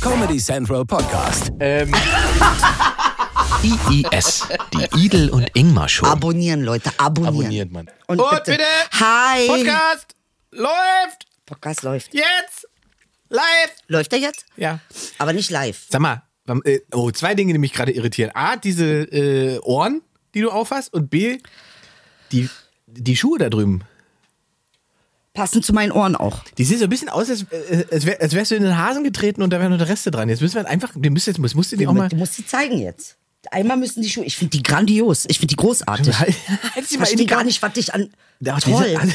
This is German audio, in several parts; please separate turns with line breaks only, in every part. Comedy Central Podcast.
Ähm,
IIS, die Idel und Ingmar Show.
Abonnieren, Leute, abonnieren.
abonniert man.
Und,
Und
bitte.
bitte.
Hi.
Podcast läuft
Podcast läuft.
jetzt live.
Läuft der jetzt?
Ja.
Aber nicht live.
Sag mal, warum- äh, oh, zwei Dinge, die mich gerade irritieren. A, diese äh, Ohren, die du aufhast. Und B, die, die Schuhe da drüben.
Passend zu meinen Ohren auch.
Die sehen so ein bisschen aus, als, äh, als, wär, als wärst du in den Hasen getreten und da wären noch die Reste dran. Jetzt müssen wir halt einfach, wir müssen jetzt, musst du die auch mal...
Du musst sie zeigen jetzt. Einmal müssen die Schuhe. Ich finde die grandios. Ich finde die großartig.
Halt
Ich
sie mal in die
verstehe gar
Kamera.
nicht, was dich an.
Ja, die
Toll.
sind alle-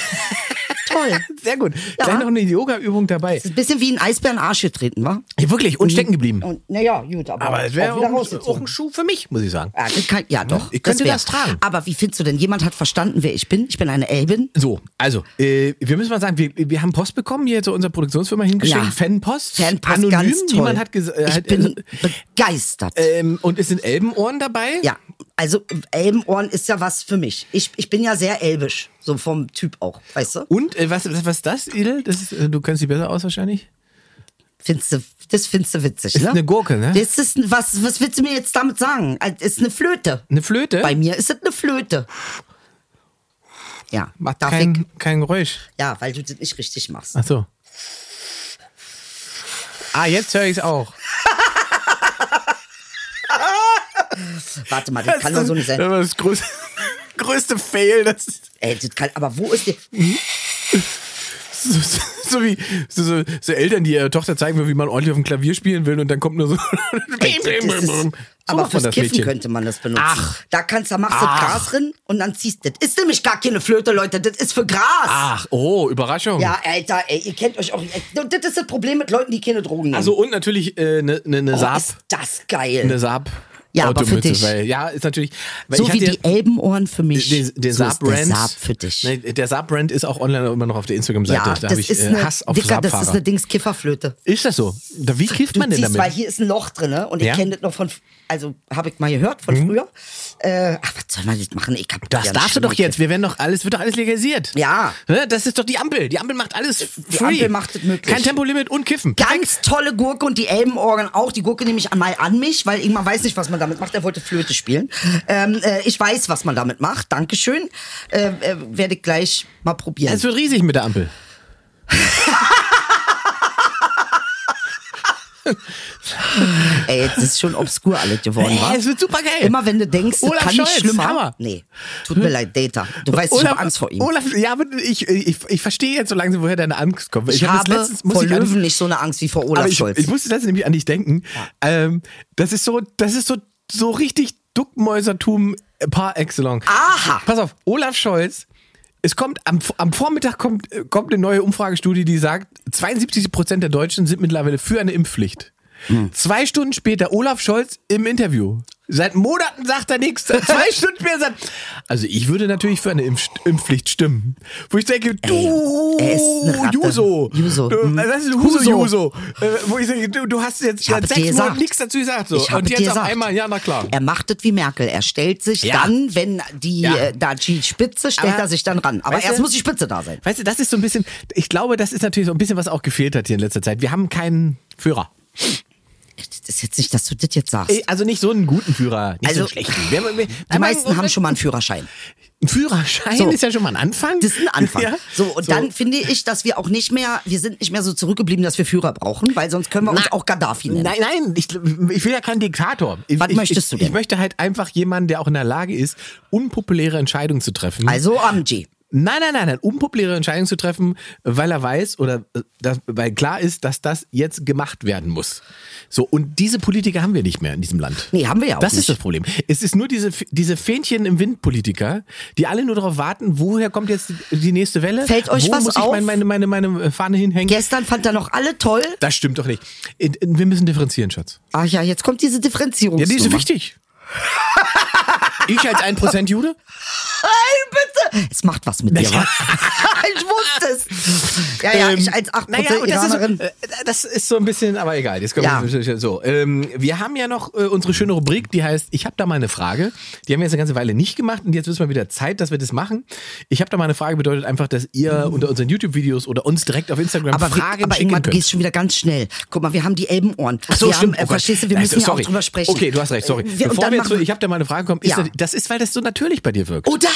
Toll.
Sehr gut.
Ja.
Gleich noch eine Yoga-Übung dabei.
Ist ein bisschen wie ein Eisbär in den Arsch getreten, wa?
Hey, wirklich, und stecken geblieben.
Und naja, gut, aber,
Aber es wäre
auch wieder
auch, ein- auch
rausgezogen.
ein Schuh für mich, muss ich sagen.
Ja, das kann, ja, doch.
Ich könnte
wär-
das tragen.
Aber wie findest du denn? Jemand hat verstanden, wer ich bin. Ich bin eine Elbin.
So, also, äh, wir müssen mal sagen, wir, wir haben Post bekommen, hier zu unserer Produktionsfirma hingeschickt.
Ja.
Fanpost.
Fanpost,
anonym.
ganz toll.
Niemand hat gesagt. Äh,
ich
hat-
bin
also,
begeistert.
ähm, und es sind Elbenohren dabei.
ja, also Elbenohren ist ja was für mich. Ich, ich bin ja sehr elbisch, so vom Typ auch, weißt du?
Und äh, was, was, was ist das, Edel? Das ist, äh, du kennst sie besser aus wahrscheinlich.
Findest du, das findest du witzig,
Ist
ne?
eine Gurke, ne?
Das ist, ein- was, was willst du mir jetzt damit sagen? Es Ist eine Flöte.
Eine Flöte.
Bei mir ist es eine Flöte. Ja,
Macht
darf ich?
kein, kein Geräusch.
Ja, weil du das nicht richtig machst.
Ach so. Ah, jetzt höre ich es auch.
Warte mal, das, kann doch so nicht sein.
Das war das größte, größte Fail. Das ist
Ey, das kann, aber wo ist die?
so, so, so wie so, so, so Eltern, die ihrer Tochter zeigen will, wie man ordentlich auf dem Klavier spielen will und dann kommt nur so.
Ey, das ist,
so
aber
macht man
fürs
das
Kiffen
Mädchen.
könnte man das benutzen.
Ach.
Da kannst du, machst du
Ach.
Gras drin und dann ziehst du das. Ist nämlich gar keine Flöte, Leute. Das ist für Gras.
Ach, oh, Überraschung.
Ja, Alter, ey, ihr kennt euch auch. Und das ist das Problem mit Leuten, die keine Drogen nehmen.
Also und natürlich eine äh, ne, ne, ne
oh, ist
Saab.
das geil.
Eine Saab.
Ja, aber für
Automütze,
dich.
Weil, ja, ist natürlich. Weil
so
ich
wie
hatte ja-
die Elbenohren für mich.
Den, den
so ist der
Saab-Brand.
Saab für dich.
Nee, der Saab-Brand ist auch online immer noch auf der Instagram-Seite.
ja,
da
das
habe ich
ist
äh,
eine,
Hass auf
Dicker, das ist
Saab-Fahrer.
eine Dings-Kifferflöte.
Ist das so? Da, wie kifft
Du
man denn
ziehst,
damit?
weil hier ist ein Loch drin, ne? Und
Ja? Mhm.
ich kenne das noch von, also habe ich mal gehört von früher. Äh, ach, was soll man das machen? Ich hab
das
ja
darfst du doch
nicht
jetzt. Wir werden doch alles, wird doch alles legalisiert.
Ja.
Ne? Das ist doch die Ampel. Die Ampel macht alles free.
Ampel macht es möglich.
Kein Tempolimit und Kiffen.
Ganz tolle Gurke und die Elbenorgeln auch. Die Gurke nehme ich mal an mich, weil Ingmar weiß nicht, was man damit macht. Er wollte Flöte spielen. Ähm, äh, ich weiß, was man damit macht. Dankeschön. Äh, äh, werde ich gleich mal probieren.
Es wird riesig mit der Ampel.
Ey, jetzt ist schon obskur alles geworden, wa?
Äh, es wird super geil.
Immer wenn du denkst, das
Olaf
kann nicht
Scholz,
schlimmer.
Hammer. Hm?
Nee, tut mir leid, Data. Du weißt, ich habe Angst vor ihm.
Olaf, ja, aber ich, ich, ich verstehe jetzt so langsam, woher deine Angst kommt.
ich
hab jetzt
habe
letztens- muss
vor
ich an-
Löwen nicht so eine Angst wie vor Olaf
Aber ich,
Scholz.
ich musste das nämlich an dich denken. Ähm, das ist so, das ist so, so richtig Duckmäusertum par excellence.
Aha.
Pass auf, Olaf Scholz. Es kommt am, am Vormittag kommt, äh, kommt eine neue Umfragestudie, die sagt, 72 Prozent der Deutschen sind mittlerweile für eine Impfpflicht.
Hm.
Zwei Stunden später Olaf Scholz im Interview. Seit Monaten sagt er nichts. Seit Zwei Stunden später sagt, also ich würde natürlich für eine Impf Impfpflicht stimmen. Wo ich denke, du,
er ist eine Ratte.
Juso.
Juso.
Du,
Mhm.
also das ist Huso,
Huso.
Juso. So, äh, wo ich sage, du, du hast jetzt
hab
seit
es dir
sechs Monaten
gesagt.
nichts dazu gesagt. So.
Ich hab
Und
es
jetzt
dir
auf
gesagt.
einmal, ja, na klar.
Er macht es wie Merkel. Er stellt sich
Ja.
dann, wenn die
Ja.
äh, da die Spitze, stellt
Aber-
er sich dann ran. Aber
Weißt
erst
du-
muss die Spitze da sein.
Weißt du, das ist so ein bisschen, ich glaube, das ist natürlich so ein bisschen, was auch gefehlt hat hier in letzter Zeit. Wir haben keinen Führer.
Das ist jetzt nicht, dass du das jetzt sagst.
Äh, Also nicht so einen guten Führer, nicht so einen
Also,
schlechten. Wir, haben- wir, die
die meisten haben schon mal einen Führerschein.
einen Führerschein,
So.
ist ja schon mal ein Anfang.
Das ist ein Anfang.
Ja.
So, und dann finde ich, dass wir auch nicht mehr, wir sind nicht mehr so zurückgeblieben, dass wir Führer brauchen, weil sonst können wir uns
Na-
auch Gaddafi nennen.
Nein, nein, ich, ich will ja keinen Diktator. Ich,
Was
ich,
möchtest du
ich,
denn?
Ich möchte halt einfach jemanden, der auch in der Lage ist, unpopuläre Entscheidungen zu treffen.
Also Amji.
Nein, nein, nein, nein, unpopuläre Entscheidung zu treffen, weil er weiß oder äh, das, weil klar ist, dass das jetzt gemacht werden muss. So, und diese Politiker haben wir nicht mehr in diesem Land.
Nee, haben wir ja auch
Das ist
nicht.
das Problem. Es ist nur diese, diese Fähnchen im Wind Politiker, die alle nur darauf warten, woher kommt jetzt die, die nächste Welle?
Fällt euch
Wo
was
muss ich
auf?
Meine, meine, meine, meine Fahne hinhängen?
Gestern fand er noch alle toll.
Das stimmt doch nicht. Äh, äh, Wir müssen differenzieren, Schatz.
Ach ja, jetzt kommt diese Differenzierung.
Ja, die ist wichtig. ich als 1% Jude?
Es macht was mit dir, wa? Ich wusstest. Ja, ja, ich als 8%
Ähm, Naja, und das, ist,
Iranerin.
äh, das ist so ein bisschen, aber egal. Jetzt kommen
Ja.
wir so. Ähm, wir haben ja noch äh, unsere schöne Rubrik, die heißt Ich habe da mal eine Frage. Die haben wir jetzt eine ganze Weile nicht gemacht und jetzt ist mal wieder Zeit, dass wir das machen. Ich habe da mal eine Frage bedeutet einfach, dass ihr unter unseren YouTube-Videos oder uns direkt auf Instagram
Mhm. aber, wir-
Fragen
aber
schicken
Ingmar, du
könnt.
gehst schon wieder ganz schnell. Guck mal, wir haben die Elbenohren.
Ach so,
wir
stimmt.
Haben, äh,
Oh Gott.
verstehst du, wir
Nein,
müssen ja auch
sorry.
drüber sprechen. Äh,
Okay, du hast recht, sorry.
Wir, und
Bevor
dann
wir zu,
machen-
ich habe da mal eine Frage kommen. Ist
Ja.
das, das ist, weil das so natürlich bei dir wirkt.
Oder?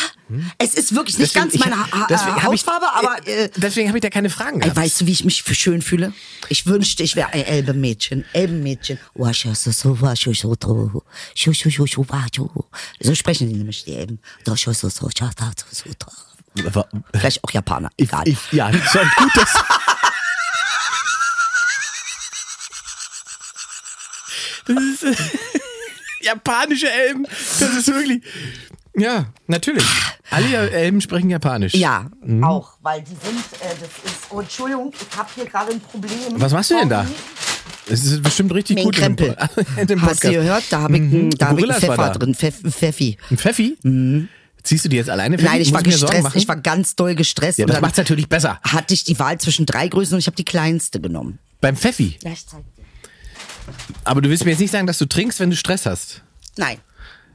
Es ist wirklich nicht ganz meine
ich-
ha
deswegen
äh,
hab ich-
Hautfarbe, aber... Äh,
deswegen habe ich da keine Fragen
Ey,
gehabt.
weißt du, wie ich mich für schön fühle? Ich wünschte, ich wäre ein Elbenmädchen. Elbenmädchen. Oh, So sprechen die nämlich, die Elben. Vielleicht auch Japaner. Egal.
Ich, ja, so ein gutes. das ist äh, japanische Elben. Das ist wirklich. Ja, natürlich. Alle Elben sprechen Japanisch.
Ja,
Mhm.
auch, weil die sind, äh, das ist, oh, Entschuldigung, ich habe hier gerade ein Problem.
Was machst du denn da?
Sorry.
Es ist bestimmt richtig
Mein
gut in dem,
Krempel.
Po- in dem
Hast
Podcast.
du gehört? Da habe ich, einen- da hab ich einen
Gorillas war
Pfeffer
da.
drin. Pfeff, Pfeffi.
Ein Pfeffi? Ziehst du die jetzt alleine? Pfeffi?
Mhm. Nein, ich
Muss
war
mir Sorgen
gestresst.
machen?
Ich war ganz doll gestresst.
ja,
und
das
dann
macht's natürlich besser.
hatte ich die Wahl zwischen drei Größen und ich habe die kleinste genommen.
Beim Pfeffi.
Ja, ich zeig dir.
Aber du willst mir jetzt nicht sagen, dass du trinkst, wenn du Stress hast.
Nein.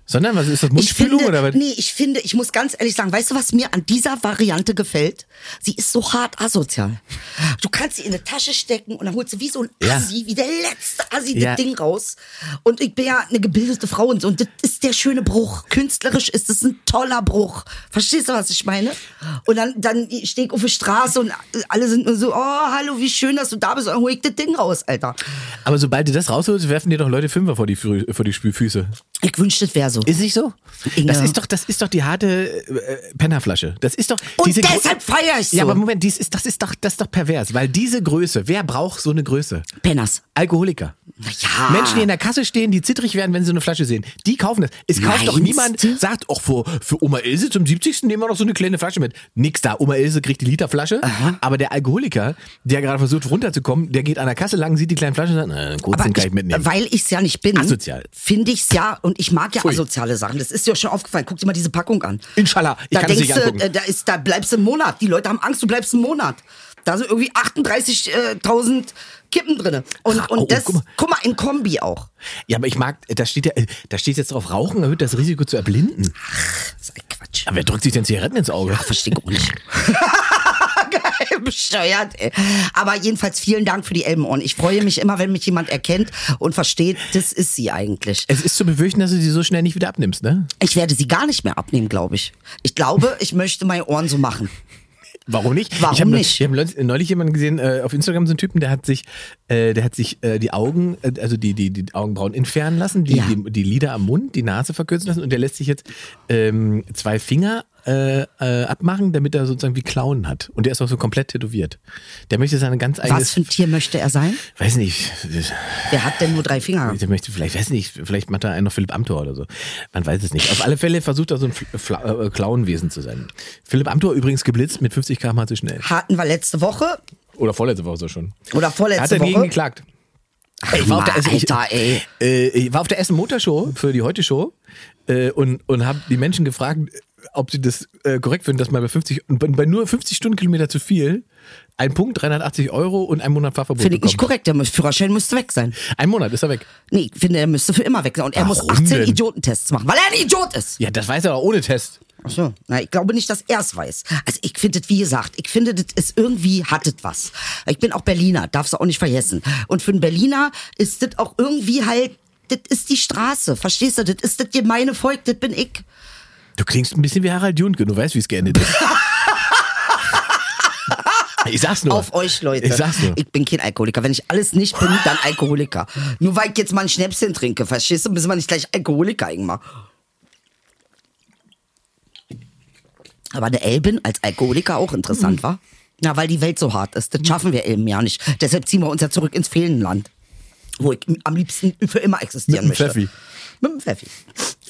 Sondern was ist das?
Ich
Mundspülung
finde,
oder was?
nee, ich finde, ich muss ganz ehrlich sagen, weißt du, was mir an dieser Variante gefällt? Sie ist so hart asozial. Du kannst sie in eine Tasche stecken und dann holst du wie so ein
Ja.
Assi, wie der letzte Assi,
Ja.
das Ding raus. Und ich bin ja eine gebildete Frau und so. Und das ist der schöne Bruch. Künstlerisch ist das ein toller Bruch. Verstehst du, was ich meine? Und dann, dann stehe ich auf der Straße und alle sind nur so, oh, hallo, wie schön, dass du da bist. Und dann hol ich das Ding raus, Alter.
Aber sobald du das rausholst, werfen dir doch Leute Fünfer vor die, Fü- vor die Spü- Füße.
Ich wünschte, das wäre so.
Ist nicht so?
Inge.
Das ist doch, das ist doch die harte äh, Pennerflasche. Das ist doch
Und
diese Gro-
deshalb feier ich so.
Ja, aber Moment, dies ist, das ist doch, das ist doch pervers, weil diese Größe, wer braucht so eine Größe?
Penners.
Alkoholiker.
Naja.
Menschen, die in der Kasse stehen, die zittrig werden, wenn sie so eine Flasche sehen, die kaufen das. Es kauft doch
Meinst
niemand,
du?
sagt, auch für, für Oma Ilse zum 70. nehmen wir noch so eine kleine Flasche mit. Nix da, Oma Ilse kriegt die Literflasche, aber der Alkoholiker, der gerade versucht runterzukommen, der geht an der Kasse lang, sieht die kleinen Flaschen und sagt, na, kurz, den kann ich mitnehmen.
Weil ich es ja nicht bin.
Asozial.
Finde ich es ja, und ich mag ja
Pfui.
asoziale Sachen. Das ist dir auch schon aufgefallen. Guck dir mal diese Packung an.
Inshallah, ich
da
kann es
denkst
nicht
du,
angucken.
äh, da, ist, da bleibst du einen Monat. Die Leute haben Angst, du bleibst einen Monat. Da sind irgendwie 38.000 Kippen drin. Und,
Ach,
und
oh, oh,
das,
guck mal.
guck mal, in Kombi auch.
Ja, aber ich mag, da steht ja, äh, da steht jetzt drauf, Rauchen erhöht das Risiko zu erblinden.
Das ist ein Quatsch.
Aber wer drückt sich denn Zigaretten ins Auge?
Verstehe ich auch nicht. Geil, Besteuert, ey. Aber jedenfalls vielen Dank für die Elbenohren. Ich freue mich immer, wenn mich jemand erkennt und versteht, das ist sie eigentlich.
Es ist zu befürchten, dass du sie so schnell nicht wieder abnimmst, ne?
Ich werde sie gar nicht mehr abnehmen, glaube ich. Ich glaube, ich möchte meine Ohren so machen.
Warum nicht?
Warum
ich hab,
nicht?
Ich habe neulich jemanden gesehen äh, auf Instagram, so einen Typen, der hat sich, äh, der hat sich äh, die Augen, äh, also die, die, die Augenbrauen entfernen lassen, die,
Ja.
die, die Lider am Mund, die Nase verkürzen lassen und der lässt sich jetzt ähm, zwei Finger äh, äh, abmachen, damit er sozusagen wie Clown hat. Und der ist auch so komplett tätowiert. Der möchte seine ganz
Was
eigenes,
für ein Tier möchte er sein?
weiß nicht,
Wer hat denn nur drei Finger?
Der möchte vielleicht, weiß nicht, vielleicht macht er einen noch Philipp Amthor oder so. Man weiß es nicht. Auf alle Fälle versucht er so ein Fl- Fla- äh, Clownwesen zu sein. Philipp Amthor übrigens geblitzt mit 50 km/h zu schnell.
Hatten wir letzte Woche
Oder vorletzte Woche so schon. Er
oder
hat
vorletzte
dagegen
Woche.
geklagt.
Ach,
Ich war, auf der, also ich,
Alter, ey.
Äh, ich war auf der Essen Motorshow für die Heute Show äh, und, und habe die Menschen gefragt, ob sie das äh, korrekt finden, dass man bei 50 und bei, bei nur 50 Stundenkilometer zu viel ein Punkt 380 Euro und ein Monat Fahrverbot
Finde ich nicht
bekommt.
korrekt. Der müsste- Führerschein müsste weg sein.
Ein Monat ist er weg.
Nee, ich finde, er müsste für immer weg sein. Und er muss
Warum
18
denn?
Idiotentests machen, weil er ein Idiot ist.
Ja, das weiß er auch ohne Test.
Ach so. Na, ich glaube nicht, dass er es weiß. Also ich finde das, wie gesagt, ich finde das ist irgendwie hattet was. Ich bin auch Berliner, darfst du auch nicht vergessen. Und für einen Berliner ist das auch irgendwie halt, das ist die Straße, verstehst du? Das ist das gemeine Volk, das bin ich.
Du klingst ein bisschen wie Harald Junke, du weißt, wie es geendet ist. ich sag's nur.
Auf euch, Leute.
Ich sag's nur.
Ich bin kein Alkoholiker. Wenn ich alles nicht bin, dann Alkoholiker. Nur weil ich jetzt mal ein Schnäpschen trinke, verstehst du? Bist man nicht gleich Alkoholiker, Ingmar. Aber eine Elbin als Alkoholiker auch interessant, war? Na, weil die Welt so hart ist. Das schaffen wir Elben ja nicht. Deshalb ziehen wir uns ja zurück ins Fehlenland. Wo ich am liebsten für immer existieren
Mit dem
möchte.
Pfeffi.
Mit dem Pfeffi.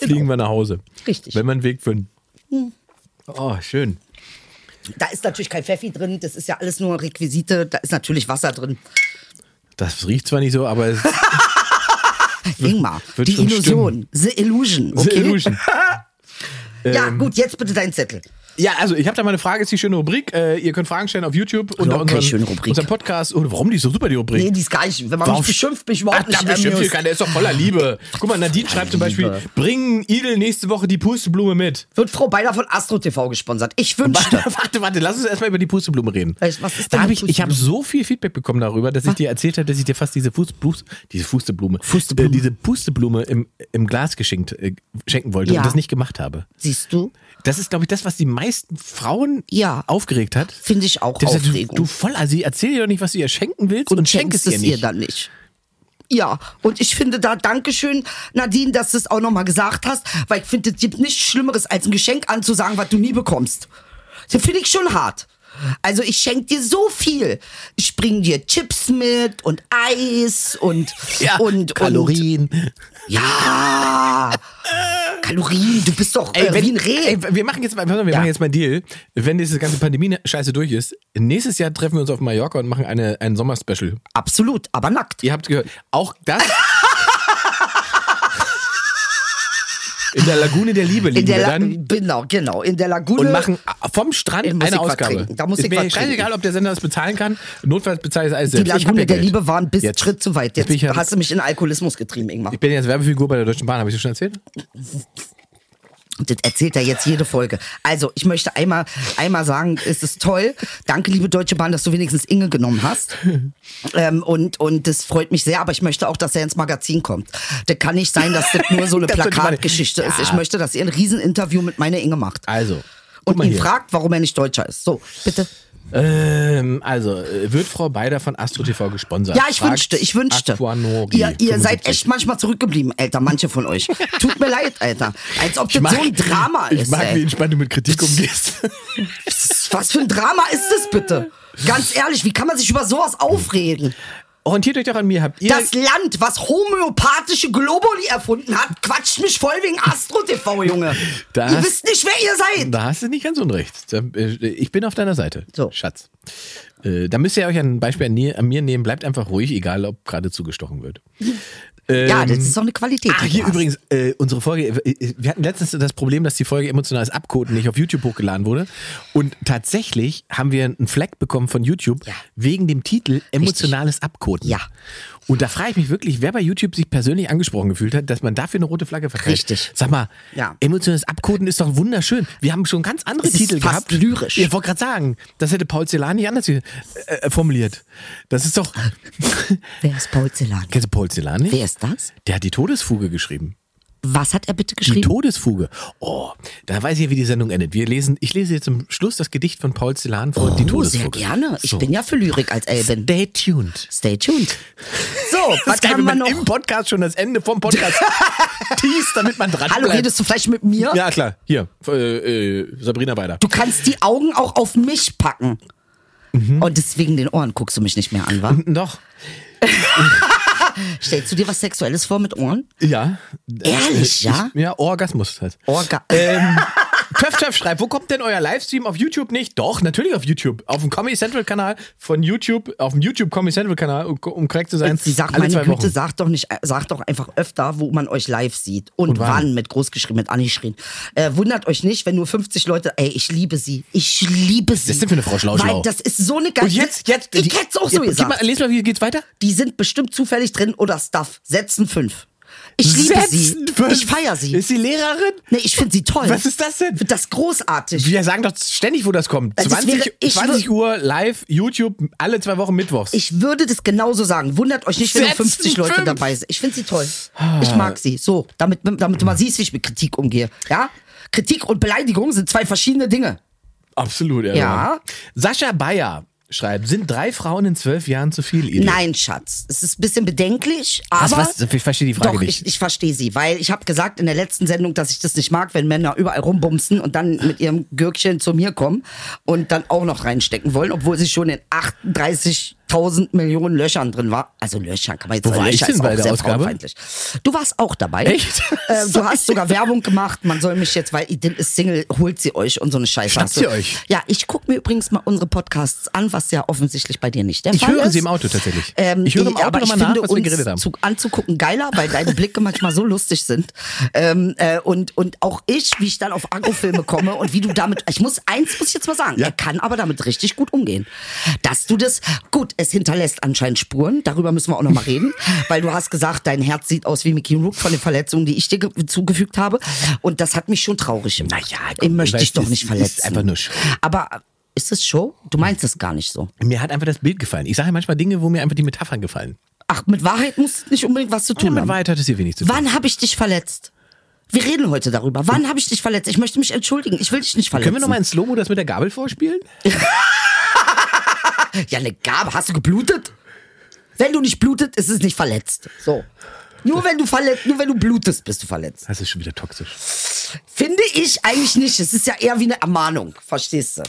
Fliegen wir nach Hause.
Richtig. Hm.
Wenn wir einen Weg finden. Oh, schön.
Da ist natürlich kein Pfeffi drin. Das ist ja alles nur Requisite. Da ist natürlich Wasser drin.
Das riecht zwar nicht so, aber es
Ingmar,
wird
die
schon
Illusion. The Illusion.
The
Okay?
Illusion.
Ja, gut, jetzt bitte deinen Zettel.
Ja, also Ähm, ich habe da mal eine Frage, ist die schöne Rubrik. Äh, ihr könnt Fragen stellen auf YouTube unter
Locker,
unseren,
schöne Rubrik.
unseren Podcast. Oh, warum die ist so super, die Rubrik?
Nee, die ist gar nicht. Wenn man
Warum
mich beschimpft, bin ich überhaupt
Ach,
nicht
Ah, da beschimpft
amused.
hier keiner, ist doch voller Liebe. Guck mal, Nadine schreibt zum Beispiel, bringen Idel nächste Woche die Pusteblume mit.
Wird Frau Beider von Astro TV gesponsert. Ich wünschte.
Warte, warte, warte, lass uns erstmal über die Pusteblume reden.
Was ist denn Ah.
da hab
eine
ich ich habe so viel Feedback bekommen darüber, dass ich dir erzählt habe, dass ich dir fast diese Fuß, Fuß, diese Pusteblume, Äh, diese Pusteblume im, im Glas geschenkt, äh, schenken wollte
Ja.
und das nicht gemacht habe.
Siehst du?
Das ist, glaube ich, das, was die meisten Frauen
Ja.
aufgeregt hat.
Finde ich auch
Die haben gesagt,
Aufregung.
Du, du voll, also erzähl dir doch nicht, was du ihr schenken willst und, schenk es ihr
ihr
nicht.
dann nicht. Ja, und ich finde da, Dankeschön, Nadine, dass du es auch nochmal gesagt hast, weil ich finde, es gibt nichts Schlimmeres, als ein Geschenk anzusagen, was du nie bekommst. Das finde ich schon hart. Also ich schenke dir so viel. Ich bringe dir Chips mit und Eis und,
Ja,
und
Kalorien.
Und, ja. Kalorien, du bist doch äh,
wenn-
wie ein Reh.
ey, wir machen jetzt mal, pass auf, wir machen jetzt mal einen Deal. Wenn diese ganze Pandemie-Scheiße durch ist, nächstes Jahr treffen wir uns auf Mallorca und machen eine, ein Sommerspecial.
Absolut, aber nackt.
Ihr habt gehört, auch das. In der Lagune der Liebe
In
liegen
der
wir
La
dann
genau, genau. In der Lagune.
und machen vom Strand
Ey, muss
eine
ich was
Ausgabe.
trinken. Da muss
ist
ich
mir
was trinken.
scheißegal, ob der Sender das bezahlen kann. Notfalls bezahle ich es alles
Die
selbst. Ich hab
Lagune
ja
der
Geld.
Liebe war ein bisschen
Jetzt-
Schritt zu weit.
jetzt
Jetzt,
bin ich ja-
hast du mich in Alkoholismus getrieben, Ingmar.
Ich bin jetzt Werbefigur bei der Deutschen Bahn, habe ich das schon erzählt?
Und das erzählt er jetzt jede Folge. Also, ich möchte einmal, einmal sagen, es ist toll. Danke, liebe Deutsche Bahn, dass du wenigstens Inge genommen hast. Ähm, und, und das freut mich sehr, aber ich möchte auch, dass er ins Magazin kommt. Das kann nicht sein, dass das nur so eine
Das wird
Plakatgeschichte ist. Ich möchte, dass ihr ein Rieseninterview mit meiner Inge macht.
Also. guck
Und
mal
ihn
hier.
fragt, warum er nicht Deutscher ist. So, bitte.
Ähm, also, äh, wird Frau Beider von Astro TV gesponsert?
Ja, ich
Fragt
wünschte, ich wünschte.
Aquanori
Ihr, ihr seid
75.
echt manchmal zurückgeblieben, Alter, manche von euch. Tut mir leid, Alter. Als ob das so ein Drama
ich
ist.
mag, wie
ey.
entspannt du mit Kritik umgehst.
Was für ein Drama ist das bitte? Ganz ehrlich, wie kann man sich über sowas aufregen?
Orientiert euch doch an mir. Habt ihr
Das Land, was homöopathische Globuli erfunden hat, quatscht mich voll wegen Astro-TV, Junge.
Da
ihr
hast-
wisst nicht, wer ihr seid.
Da hast du nicht ganz unrecht. Da, äh, Ich bin auf deiner Seite,
So.
Schatz. Äh, Da müsst ihr euch ein Beispiel an mir- an mir nehmen. Bleibt einfach ruhig, egal ob gerade zugestochen wird.
ja, das ist doch eine Qualität.
Ähm, Ach,
die du
hier
hast.
übrigens, äh, unsere Folge, äh, wir hatten letztens das Problem, dass die Folge emotionales Abkoten nicht auf YouTube hochgeladen wurde. Und tatsächlich haben wir einen Fleck bekommen von YouTube
Ja.
wegen dem Titel Emotionales Abkoten.
Ja.
Und da frage ich mich wirklich, wer bei YouTube sich persönlich angesprochen gefühlt hat, dass man dafür eine rote Flagge verteilt.
Richtig.
Sag mal,
Ja.
emotionales Abkoten ist doch wunderschön. Wir haben schon ganz andere
Es ist
Titel
fast
gehabt.
lyrisch.
Ich wollte gerade sagen, das hätte Paul Celani anders äh, äh, formuliert. Das ist doch.
Wer ist Paul Zelani?
Kennst du Paul Celani?
Ah. Wer ist das?
Der hat die Todesfuge geschrieben.
Was hat er bitte
Die
geschrieben?
Todesfuge. Oh, da weiß ich ja, wie die Sendung endet. Wir lesen, ich lese jetzt zum Schluss das Gedicht von Paul Celan vor Die
oh, sehr
Todesfuge.
gerne. Ich
So.
bin ja für Lyrik als Elbin.
Stay tuned.
Stay tuned. So,
Das
was
ist geil,
haben
wenn
wir
man
noch?
im Podcast schon das Ende vom Podcast teast, damit man dran
Hallo,
bleibt.
redest du vielleicht mit mir?
Also ja, klar. Hier, äh, äh, Sabrina Beider.
Du kannst die Augen auch auf mich packen.
Mhm.
Und deswegen den Ohren guckst du mich nicht mehr an, wa?
Doch.
Stellst du dir was Sexuelles vor mit Ohren?
Ja. Äh,
Ehrlich, ja?
Ich, ja, Orgasmus halt.
Orga.
Ähm, Töff Töff schreibt, wo kommt denn euer Livestream auf YouTube nicht? Doch, natürlich auf YouTube. Auf dem Comedy Central Kanal von YouTube, auf dem YouTube Comedy Central Kanal, um, um korrekt zu sein.
Sie sagt,
alle
meine
zwei
Güte,
Wochen.
sagt doch nicht, sagt doch einfach öfter, wo man euch live sieht. Und,
Und wann.
wann. mit groß geschrieben, mit angeschrien. Äh, wundert euch nicht, wenn nur 50 Leute, ey, ich liebe sie. Ich liebe sie.
ist denn für eine Frau Schlauschlau?
Weil das ist so eine geile.
Und jetzt, jetzt,
Ich hätte es auch so
jetzt, gib
gesagt.
Mal, les mal, wie geht's weiter?
die sind bestimmt zufällig drin oder Stuff. Setzen fünf. Ich liebe
Setzen
sie.
fünf.
Ich feiere sie.
Ist sie Lehrerin?
Nee, ich finde sie toll.
Was ist das denn?
Ich finde das großartig.
Wir sagen doch ständig, wo das kommt.
Also es
20,
wäre- ich
20
wür-
Uhr live, YouTube, alle zwei Wochen Mittwochs.
Ich würde das genauso sagen. Wundert euch nicht, wenn nur
Setzen
50 Leute
fünf.
dabei sind. Ich finde sie toll. Ich mag sie. So, damit, damit du mal siehst, wie ich mit Kritik umgehe. Ja? Kritik und Beleidigung sind zwei verschiedene Dinge.
Absolut, ja.
Ja.
Sascha Bayer schreibt, sind drei Frauen in zwölf Jahren zu viel, Idel?
Nein, Schatz. Es ist ein bisschen bedenklich, aber.
was? Ich verstehe die Frage
Doch,
nicht.
Ich, ich verstehe sie, weil ich habe gesagt in der letzten Sendung, dass ich das nicht mag, wenn Männer überall rumbumsen und dann mit ihrem Gürkchen zu mir kommen und dann auch noch reinstecken wollen, obwohl sie schon in 38 tausend Millionen Löchern drin war. Also Löchern kann man jetzt
Wo
sagen.
war ich
Löcher
denn
ist
bei
auch
der
sehr
Ausgabe?
frauenfeindlich. Du warst auch dabei.
Echt?
Äh, du hast sogar Werbung gemacht. Man soll mich jetzt, weil Idil ist Single, holt sie euch und so eine Scheiße.
Schnappt
hast du-
sie euch?
Ja, ich gucke mir übrigens mal unsere Podcasts an, was ja offensichtlich bei dir nicht der
Ich
Fall
höre
ist.
sie im Auto tatsächlich.
Ähm,
ich höre im Auto
aber ich
nochmal nach,
finde
was wir
uns
geredet haben.
Zu, anzugucken geiler, weil deine Blicke manchmal so lustig sind. Ähm, äh, und, und auch ich, wie ich dann auf Agrofilme komme und wie du damit, ich muss, eins muss ich jetzt mal sagen,
Ja.
er kann aber damit richtig gut umgehen. Dass du das, gut, es hinterlässt anscheinend Spuren, darüber müssen wir auch nochmal reden, weil du hast gesagt, dein Herz sieht aus wie Mickey Rook von den Verletzungen, die ich dir ge- zugefügt habe. Und das hat mich schon traurig gemacht. Naja, den möchte
weißt,
ich doch
es
nicht
ist
verletzen.
einfach nur Show.
Aber ist es Show? Du meinst es gar nicht so.
Mir hat einfach das Bild gefallen. Ich sage ja manchmal Dinge, wo mir einfach die Metaphern gefallen.
Ach, mit Wahrheit muss es nicht unbedingt was zu
Ja,
tun
Oh, mit
haben.
Wahrheit hat es hier wenig zu tun.
Wann habe ich dich verletzt? Wir reden heute darüber. Wann habe ich dich verletzt? Ich möchte mich entschuldigen. Ich will dich nicht verletzen.
Können wir nochmal in Slow-Mo das mit der Gabel vorspielen?
Ja, eine Gabe. Hast du geblutet? Wenn du nicht blutet, ist es nicht verletzt. So. Nur wenn du verletzt, nur wenn du blutest, bist du verletzt.
Das ist schon wieder toxisch.
Finde ich eigentlich nicht. Es ist ja eher wie eine Ermahnung. Verstehst du?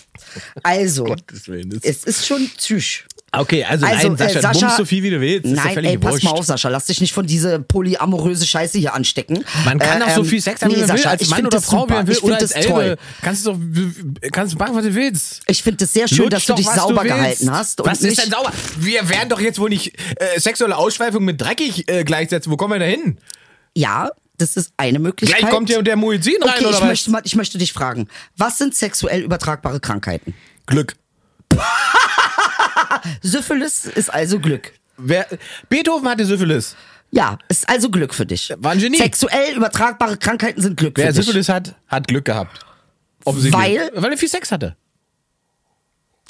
Also,
Gottes Willen, das-
es ist schon psych.
Okay, also,
Also,
nein, Sascha,
äh, Sascha
bummst so viel wie du willst. ist doch
Nein,
völlig
ey, pass
wurscht.
mal auf, Sascha. Lass dich nicht von diese polyamoröse Scheiße hier anstecken.
Man kann
Äh,
auch so
ähm,
viel Sex haben, wie
nee,
man will,
Sascha,
als
ich
Mann
find
oder
das
Frau, wie
super.
man will,
Ich
oder
find
als
das toll.
Elbe. Kannst du doch, kannst du machen, was du willst.
Ich finde es sehr schön,
Lutsch
dass du
doch,
dich
was
sauber
willst.
gehalten hast. Und
Was ist
nicht-
denn sauber? Wir werden doch jetzt wohl nicht äh, sexuelle Ausschweifung mit dreckig äh, gleichsetzen. Wo kommen wir da hin?
Ja, das ist eine Möglichkeit.
Gleich kommt hier der Muizin rein,
Halt. Okay,
oder
ich
was?
möchte, mal, ich möchte dich fragen, was sind sexuell übertragbare Krankheiten?
Glück.
Syphilis ist also Glück.
Wer, Beethoven hatte Syphilis.
Ja, ist also Glück für dich.
War ein Genie.
Sexuell übertragbare Krankheiten sind Glück
Wer
für dich.
Syphilis hat, hat Glück gehabt. Offensichtlich.
Weil?
Weil er viel Sex hatte.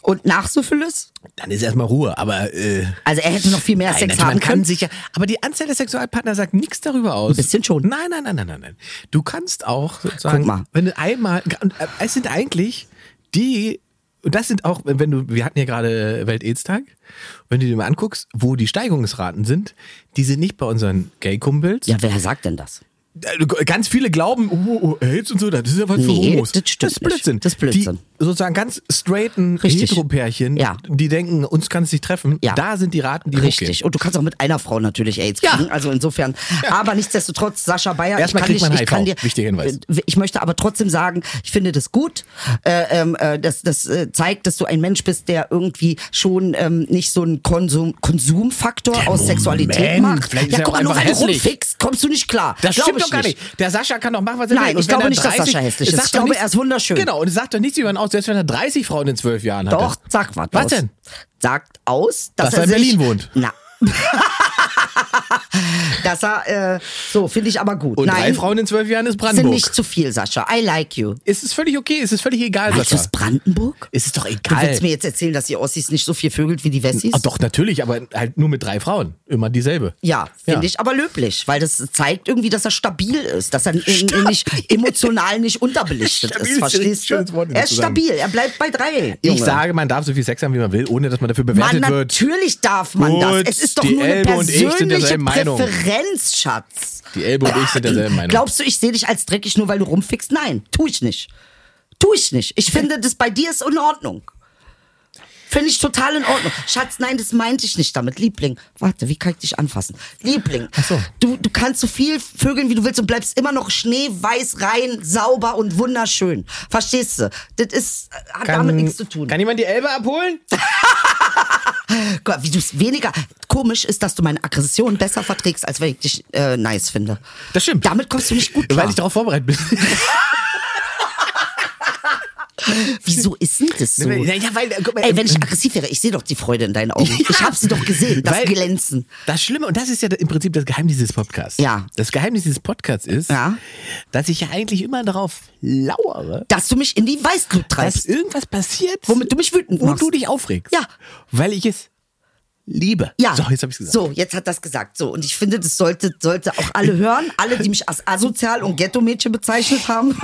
Und nach Syphilis?
Dann ist erstmal Ruhe, aber äh,
Also er hätte noch viel mehr Sex
natürlich,
haben
man kann
können.
sicher, aber die Anzahl der Sexualpartner sagt nichts darüber aus. Ein
bisschen schon.
Nein, nein, nein, nein, nein, nein. Du kannst auch sozusagen,
Guck mal.
wenn du einmal, und, äh, es sind eigentlich die, und das sind auch, wenn du, wir hatten ja gerade Welt-Aids-Tag, wenn du dir mal anguckst, wo die Steigerungsraten sind, die sind nicht bei unseren Gay-Kumpels.
Ja, wer sagt denn das?
Äh, Ganz viele glauben, oh, oh, Aids und so, das ist ja was für
Nee,
Homos.
das stimmt
ist Blödsinn.
nicht. Das ist Blödsinn.
Die sozusagen ganz straighten
Richtig.
Hetero-Pärchen,
Ja.
die denken, uns kann es nicht treffen,
Ja.
da sind die Raten, die hochgehen.
Richtig. Und du kannst auch mit einer Frau natürlich AIDS kriegen. Also insofern. Aber nichtsdestotrotz, Sascha Bayer,
Erstmal
ich kann
kriegt
dich,
man
ich kann
HIV.
dir, Äh,
Wichtiger Hinweis.
Ich möchte aber trotzdem sagen, ich finde das gut. Äh, ähm, äh, das das äh, zeigt, dass du ein Mensch bist, der irgendwie schon ähm, nicht so einen Konsum, Konsumfaktor aus Sexualität macht.
vielleicht ist
Ja,
er
guck
auch
mal, nur
einfach
weil du
hässlich.
rumfickst, kommst du nicht klar.
Das
Glaub
stimmt
ich
doch gar nicht. Der Sascha kann doch machen, was er
Nein,
will. Und
ich
wenn
glaube
er
nicht, dass Sascha hässlich ist.
Es sagt
Ich
doch
glaube,
nichts-
er ist wunderschön.
Genau, und es sagt doch nichts über ihn aus, selbst wenn er 30 Frauen in 12 Jahren hat.
Doch, sag was.
Was
aus.
denn?
Sagt aus, dass,
Dass er in
sich-
Berlin wohnt.
Na. dass er, äh, so, finde ich aber gut.
Und
Nein,
drei Frauen in 12 Jahren ist
sind
Brandenburg.
nicht zu viel, Sascha. I like you.
es ist völlig okay, es ist völlig egal,
Meinst du es
Sascha.
Brandenburg?
Es ist doch
Du
egal.
willst mir jetzt erzählen, dass ihr Ossis nicht so viel vögelt wie die Wessis?
Ah, doch, natürlich, aber halt nur mit drei Frauen. Immer dieselbe.
Ja, finde
Ja.
ich aber löblich, weil das zeigt irgendwie, dass er stabil ist, dass er in, in nicht emotional nicht unterbelichtet
Stabil
ist,
ist ein
verstehst du?
schönes Wort in
Er ist
zusammen.
stabil, er bleibt bei drei.
Ich
Junge.
sage, man darf so viel Sex haben, wie man will, ohne dass man dafür bewertet
Man,
wird.
natürlich darf man
Gut,
das. Es ist doch
die
nur eine
Elbe und ich sind
persönliche
derselben Meinung.
Präferenz, Schatz.
Die Elbe und ich sind derselben Meinung.
Glaubst du, ich sehe dich als dreckig nur, weil du rumfickst? Nein, tu ich nicht. Tu ich nicht. Ich finde, das bei dir ist in Ordnung. Finde ich total in Ordnung. Schatz, nein, das meinte ich nicht damit. Liebling, warte, wie kann ich dich anfassen? Liebling, du, du kannst so viel vögeln, wie du willst und bleibst immer noch schneeweiß, rein, sauber und wunderschön. Verstehst du? Das ist, äh, hat damit nichts zu tun.
Kann jemand die Elbe abholen?
Gott, wie du es weniger. Komisch ist, dass du meine Aggression besser verträgst, als wenn ich dich äh, nice finde.
Das stimmt.
Damit kommst du nicht gut klar.
Weil ich darauf vorbereitet bin.
Wieso ist denn das so?
Ja, ja, weil, guck mal, äh,
Ey, wenn ich aggressiv wäre, ich sehe doch die Freude in deinen Augen. Ich habe sie doch gesehen, das
Weil-
Glänzen.
Das Schlimme, und das ist ja im Prinzip das Geheimnis dieses Podcasts.
Ja.
Das Geheimnis dieses Podcasts ist,
Ja.
dass ich ja eigentlich immer darauf lauere,
Dass du mich in die Weißglut
dass
treibst,
irgendwas passiert,
womit du mich wütend
wo
machst.
du dich aufregst.
Ja.
Weil ich es liebe.
ja.
So, jetzt habe ich gesagt.
So, jetzt hat das gesagt. So, und ich finde, das sollte, sollte auch alle hören. Alle, die mich als asozial und Ghetto-Mädchen bezeichnet haben.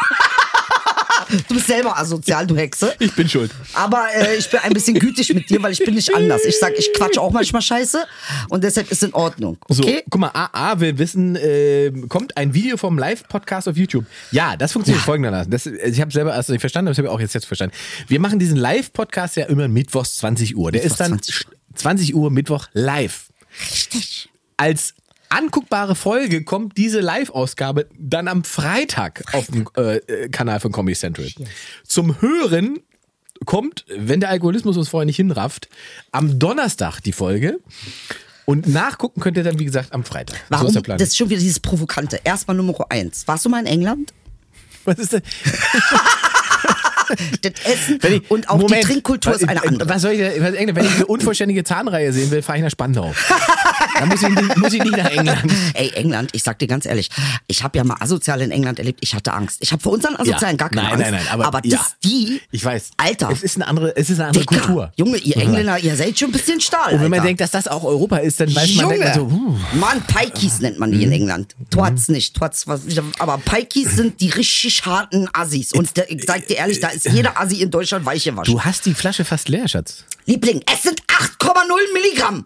du bist selber asozial, du Hexe.
Ich bin schuld.
Aber äh, ich bin ein bisschen gütig mit dir, weil ich bin nicht anders. Ich sag, ich quatsch auch manchmal Scheiße und deshalb ist in Ordnung.
So,
Okay?
guck mal, AA will wissen, äh, kommt ein Video vom Live-Podcast auf YouTube? Ja, das funktioniert folgendermaßen. Das, äh, ich habe selber erst nicht verstanden, aber ich habe auch jetzt, jetzt verstanden. Wir machen diesen Live-Podcast ja immer mittwochs 20 Uhr. Der
Mittwochs
ist dann
20
sch- 20 Uhr Mittwoch live.
Richtig.
Als anguckbare Folge kommt diese Live-Ausgabe dann am Freitag auf dem äh, äh, Kanal von Comedy Central. Zum Hören kommt, wenn der Alkoholismus uns vorher nicht hinrafft, am Donnerstag die Folge. Und nachgucken könnt ihr dann, wie gesagt, am Freitag. So
Warum?
ist der Plan.
das ist schon wieder dieses Provokante. Erstmal Nummer eins. Warst du mal in England?
Was ist denn?
Das Essen
Wenn ich-
und auch
Moment.
die Trinkkultur ist eine andere.
Was soll ich, denn- was, England? wenn ich eine unvollständige Zahnreihe sehen will, fahre ich nach Spandau. Dann muss ich, nicht- muss ich nicht nach England.
Ey, England, ich sag dir ganz ehrlich, ich habe ja mal asozial in England erlebt, ich hatte Angst. Ich habe vor unseren Asozialen gar keine
nein,
Angst.
Nein, nein, aber,
aber das
ja.
die,
Ich weiß.
Alter,
Es ist eine andere, es ist eine andere
Dicker,
Kultur.
Junge, ihr Engländer, ihr seid schon ein bisschen stahl,
Und wenn man
Alter.
denkt, dass das auch Europa ist, dann weiß man,
Junge,
denkt man so, hm, huh. Mhm.
Mann, Pikis nennt man die in England. Twats nicht, Twats, was, aber Pikis sind die richtig harten Assis. Und der, ich sag dir ehrlich, da ist
äh,
jeder Assi in Deutschland weich gewaschen.
du hast die Flasche fast leer, Schatz.
Liebling, es sind 8,0 Milligramm.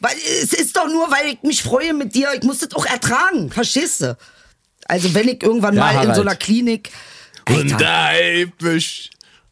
Weil es ist doch nur, weil ich mich freue mit dir. Ich muss das auch ertragen, verstehst du? Also wenn ich irgendwann
Ja,
mal in so
Harald.
einer Klinik. Alter,
der Eibisch,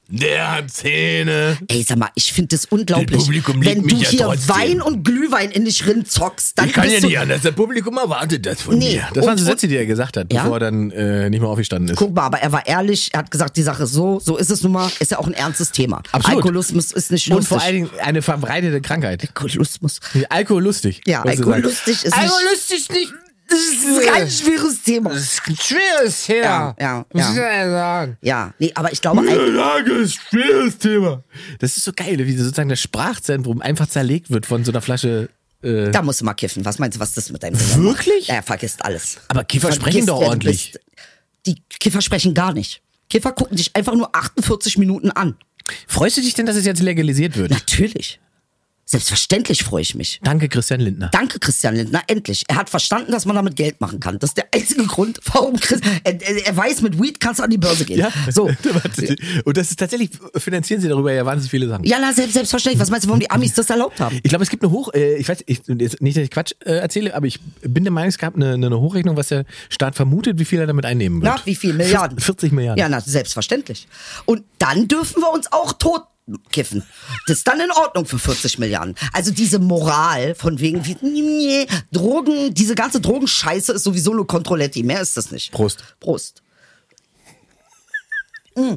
der hat Zähne.
ey, sag mal, ich finde das unglaublich.
Das Publikum liebt
wenn
mich
du
ja
hier
trotzdem.
Wein und Glühwein in dich rin zockst, dann
Ich kann
bist
ja
du,
nicht anders. Das Publikum erwartet das von
Nee.
mir. Das waren
Und-
so Sätze, die er gesagt hat,
Ja?
bevor er dann äh, nicht mehr aufgestanden ist.
Guck mal, aber er war ehrlich, er hat gesagt, die Sache ist so, so ist es nun mal, ist ja auch ein ernstes Thema.
Absolut.
Alkoholismus ist nicht lustig.
Und vor allen Dingen eine verbreitete Krankheit.
Alkoholismus.
Alkohol lustig.
Ja,
was du
alkoholistisch ist
sagst.
nicht.
Alkoholistisch nicht.
Das ist ein ganz schweres Thema.
Das ist ein schweres Thema.
Ja, ja,
Muss
ja.
ich ja sagen.
Ja, nee, aber ich glaube, Al-
Lage ist ein schweres Thema. Das ist so geil, wie sozusagen das Sprachzentrum einfach zerlegt wird von so einer Flasche. Äh,
Da musst du mal kiffen. Was meinst du, was das mit deinem Gehirn macht?
Wirklich?
Ja, vergisst alles.
Aber Kiffer sprechen
Vergisst,
doch
wer du
ordentlich.
bist. Die Kiffer sprechen gar nicht. Kiffer gucken dich einfach nur 48 Minuten an.
Freust du dich denn, dass es jetzt legalisiert wird?
Natürlich. Selbstverständlich freue ich mich.
Danke, Christian Lindner.
Danke, Christian Lindner, endlich. Er hat verstanden, dass man damit Geld machen kann. Das ist der einzige Grund, warum Chris, er, er er weiß, mit Weed kannst du an die Börse gehen. So.
Warte, Und das ist tatsächlich, finanzieren sie darüber ja wahnsinnig viele Sachen.
Ja, na, selbst, selbstverständlich. Was meinst du, warum die Amis das erlaubt haben?
Ich glaube, es gibt eine Hoch, äh, ich weiß ich, jetzt nicht, dass ich Quatsch äh, erzähle, aber ich bin der Meinung, es gab eine, eine Hochrechnung, was der Staat vermutet, wie viel er damit einnehmen wird.
Na, wie viel? Milliarden?
40 Milliarden.
Ja, na, selbstverständlich. Und dann dürfen wir uns auch tot kiffen. Das ist dann in Ordnung für 40 Milliarden. Also diese Moral von wegen, wie, nee, nee, Drogen, diese ganze Drogenscheiße ist sowieso nur Controletti. Mehr ist das nicht.
Prost.
Prost. Mm.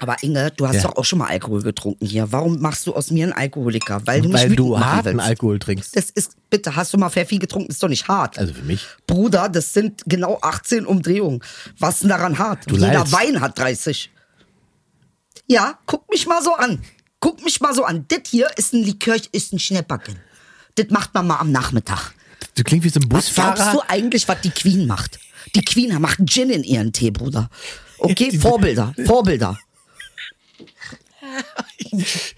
Aber Inge, du hast
Ja.
doch auch schon mal Alkohol getrunken hier. Warum machst du aus mir einen Alkoholiker? Weil du mich
Weil
wütend
du
machen
harten
willst.
Alkohol trinkst.
Das ist, bitte, hast du mal Pfeffi getrunken? Ist doch nicht hart.
Also für mich.
Bruder, das sind genau 18 Umdrehungen. Was ist denn daran hart?
Du
Jeder
leidest.
Wein hat 30. Ja, guck mich mal so an. Guck mich mal so an. Das hier ist ein Likör, ist ein Schnäpperchen. Das macht man mal am Nachmittag.
Du klingst wie so ein
Was glaubst du
Busfahrer.
eigentlich, was die Queen macht? Die Queen macht Gin in ihren Tee, Bruder. Okay,
Die-
Vorbilder, Vorbilder.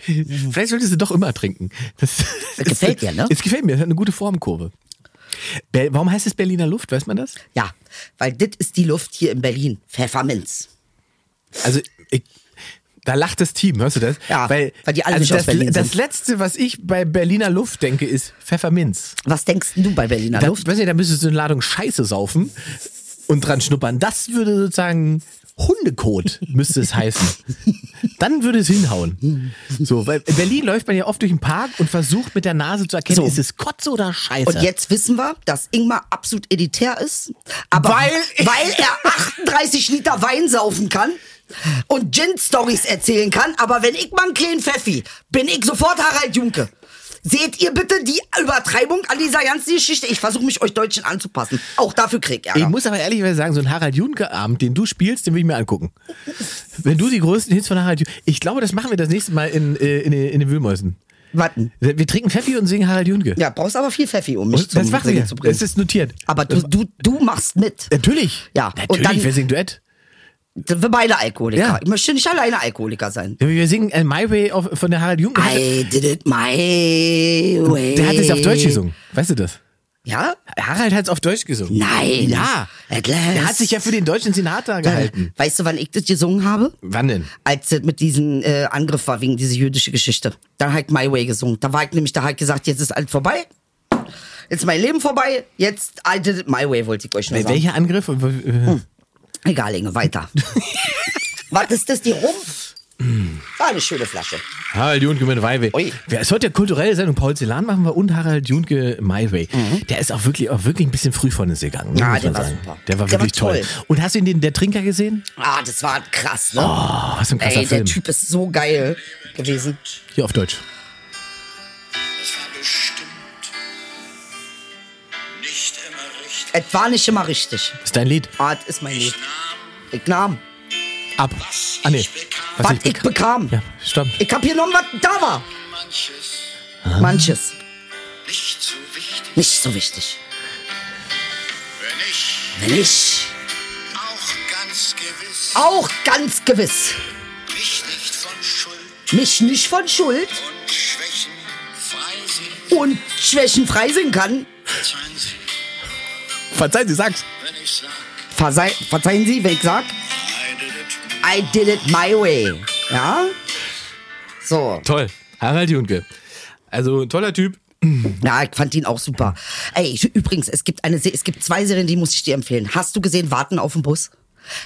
Vielleicht solltest du doch immer trinken. Das,
Das gefällt dir, ne?
Es gefällt mir, das hat eine gute Formkurve. Be Warum heißt es Berliner Luft, weiß man das?
Ja, weil das ist die Luft hier in Berlin. Pfefferminz.
Also, ich, da lacht das Team, hörst du das? also
Ja, weil die alle nicht
das,
aus Berlin
Das
sind.
Letzte, was ich bei Berliner Luft denke, ist Pfefferminz.
Was denkst denn du bei Berliner
Da,
Luft?
Weißt du, da müsstest du eine Ladung Scheiße saufen und dran schnuppern. Das würde sozusagen Hundekot müsste es heißen. Dann würde es hinhauen. So, weil in Berlin läuft man ja oft durch den Park und versucht mit der Nase zu erkennen,
So.
ist es Kotze oder Scheiße.
Und jetzt wissen wir, dass Ingmar absolut elitär ist, aber
Weil-
weil, er 38 Liter Wein saufen kann und Gin-Stories erzählen kann, aber wenn ich mal einen kleinen Pfeffi, bin ich sofort Harald Junke. Seht ihr bitte die Übertreibung an dieser ganzen Geschichte? Ich versuche mich euch Deutschen anzupassen. Auch dafür krieg ich
Ich
Ärger.
muss aber ehrlicherweise sagen, so ein Harald Junke-Abend, den du spielst, den will ich mir angucken. Wenn du die größten Hits von Harald Junke. Ich glaube, das machen wir das nächste Mal in, äh, in, den- in den Wühlmäusen.
Warten.
Wir trinken Pfeffi und singen Harald Junke.
Ja, brauchst aber viel Pfeffi, um mich
Und das
zum
machen
Singen
wir.
zu bringen.
Es ist Äh. notiert.
aber du, du, du machst mit.
Natürlich.
Ja, und
Natürlich.
dann-
wir singen Duett.
Wir beide Alkoholiker.
Ja.
Ich möchte nicht alleine Alkoholiker sein.
Ja, Wir singen äh, My Way auf, von der Harald Junke.
I did it my way.
Der hat es auf Deutsch gesungen. Weißt du das?
Ja?
Harald hat es auf Deutsch gesungen.
Nein.
Ja.
At last.
Er hat sich ja für den deutschen Senat da gehalten.
Weißt du, wann ich das gesungen habe?
Wann denn?
Als das mit diesem äh, Angriff war, wegen dieser jüdischen Geschichte. Da habe ich My Way gesungen. Da war ich nämlich, da habe ich gesagt, jetzt ist alles vorbei. Jetzt ist mein Leben vorbei. Jetzt I did it my way, wollte ich euch nur
Wel-
sagen.
Welcher Angriff?
Egal, Inge, weiter. Was ist das, die Rum? War eine schöne Flasche.
Harald Junke mit Maiway.
Ui.
Wer ist heute kulturelle Sendung? Paul Celan machen wir und Harald Junke Maiway. Der ist auch wirklich, auch wirklich ein bisschen früh von uns gegangen. ne,
Ja,
muss
der
man
war super.
Mhm. Der war
Der
wirklich
war
toll.
toll.
Und hast du ihn den der Trinker gesehen?
Ah, das war krass, ne?
Oh, was für ein krasser
Ey, der
Film.
Typ ist so geil gewesen.
Hier auf Deutsch.
Es war bestimmt nicht immer richtig.
Es war nicht immer richtig.
Ist dein Lied.
Ah, das ist mein Lied.
Ich nahm,
Ich nahm.
Ab.
was
Ah, nee.
ich bekam,
Was ich
beka-
bekam.
Ja, stammt.
Ich hab genommen, was da war.
manches
Ah. Manches.
nicht so wichtig,
Nicht so wichtig.
wenn ich
Wenn ich
auch ganz gewiss
auch ganz gewiss
mich nicht von Schuld
mich nicht von Schuld
und Schwächen freisehen
und Schwächen freisehen kann,
Verzeihen Sie,
Verzeihen Sie, sag's.
wenn ich sag,
verzei verzeihen Sie, wenn ich sag,
I did it
I did it my way. Ja? So.
Toll. Harald Junke. Also, ein toller Typ.
Ja, ich fand ihn auch super. Ey, ich, übrigens, es gibt eine, Se- es gibt zwei Serien, die muss ich dir empfehlen. Hast du gesehen Warten auf den Bus?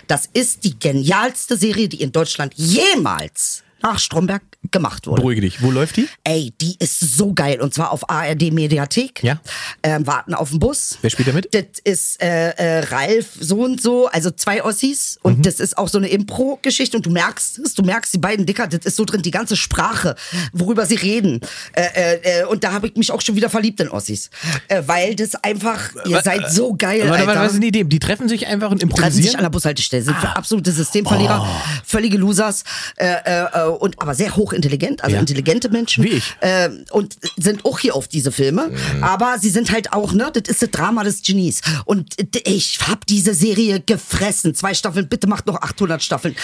Das ist die genialste Serie, die in Deutschland jemals nach Stromberg gemacht wurde.
Beruhige dich. Wo läuft die?
Ey, die ist so geil. Und zwar auf ARD Mediathek.
Ja.
Ähm, warten auf den Bus.
Wer spielt da mit?
Das ist äh, äh, Ralf so und so, also zwei Ossis.
Mhm.
Und das ist auch so eine Impro-Geschichte. Und du merkst es, du merkst die beiden Dicker, das ist so drin, die ganze Sprache, worüber sie reden. Äh, äh, äh, und da habe ich mich auch schon wieder verliebt in Ossis. Äh, weil das einfach, ihr seid so geil,
Warte,
Alter.
warte, was ist denn die Idee? Die treffen sich einfach und
Treffen sich an
improvisieren. Ah. Oh.
der Bushaltestelle, sind absolute Systemverlierer, völlige Losers, äh, äh, äh, und aber sehr hochintelligent, also
Ja.
intelligente Menschen.
Wie ich. Mhm.
Äh, und sind auch hier auf diese Filme. Aber sie sind halt auch, ne, das ist das Drama des Genies. Und d- ich hab diese Serie gefressen. Zwei Staffeln, bitte macht noch 800 Staffeln.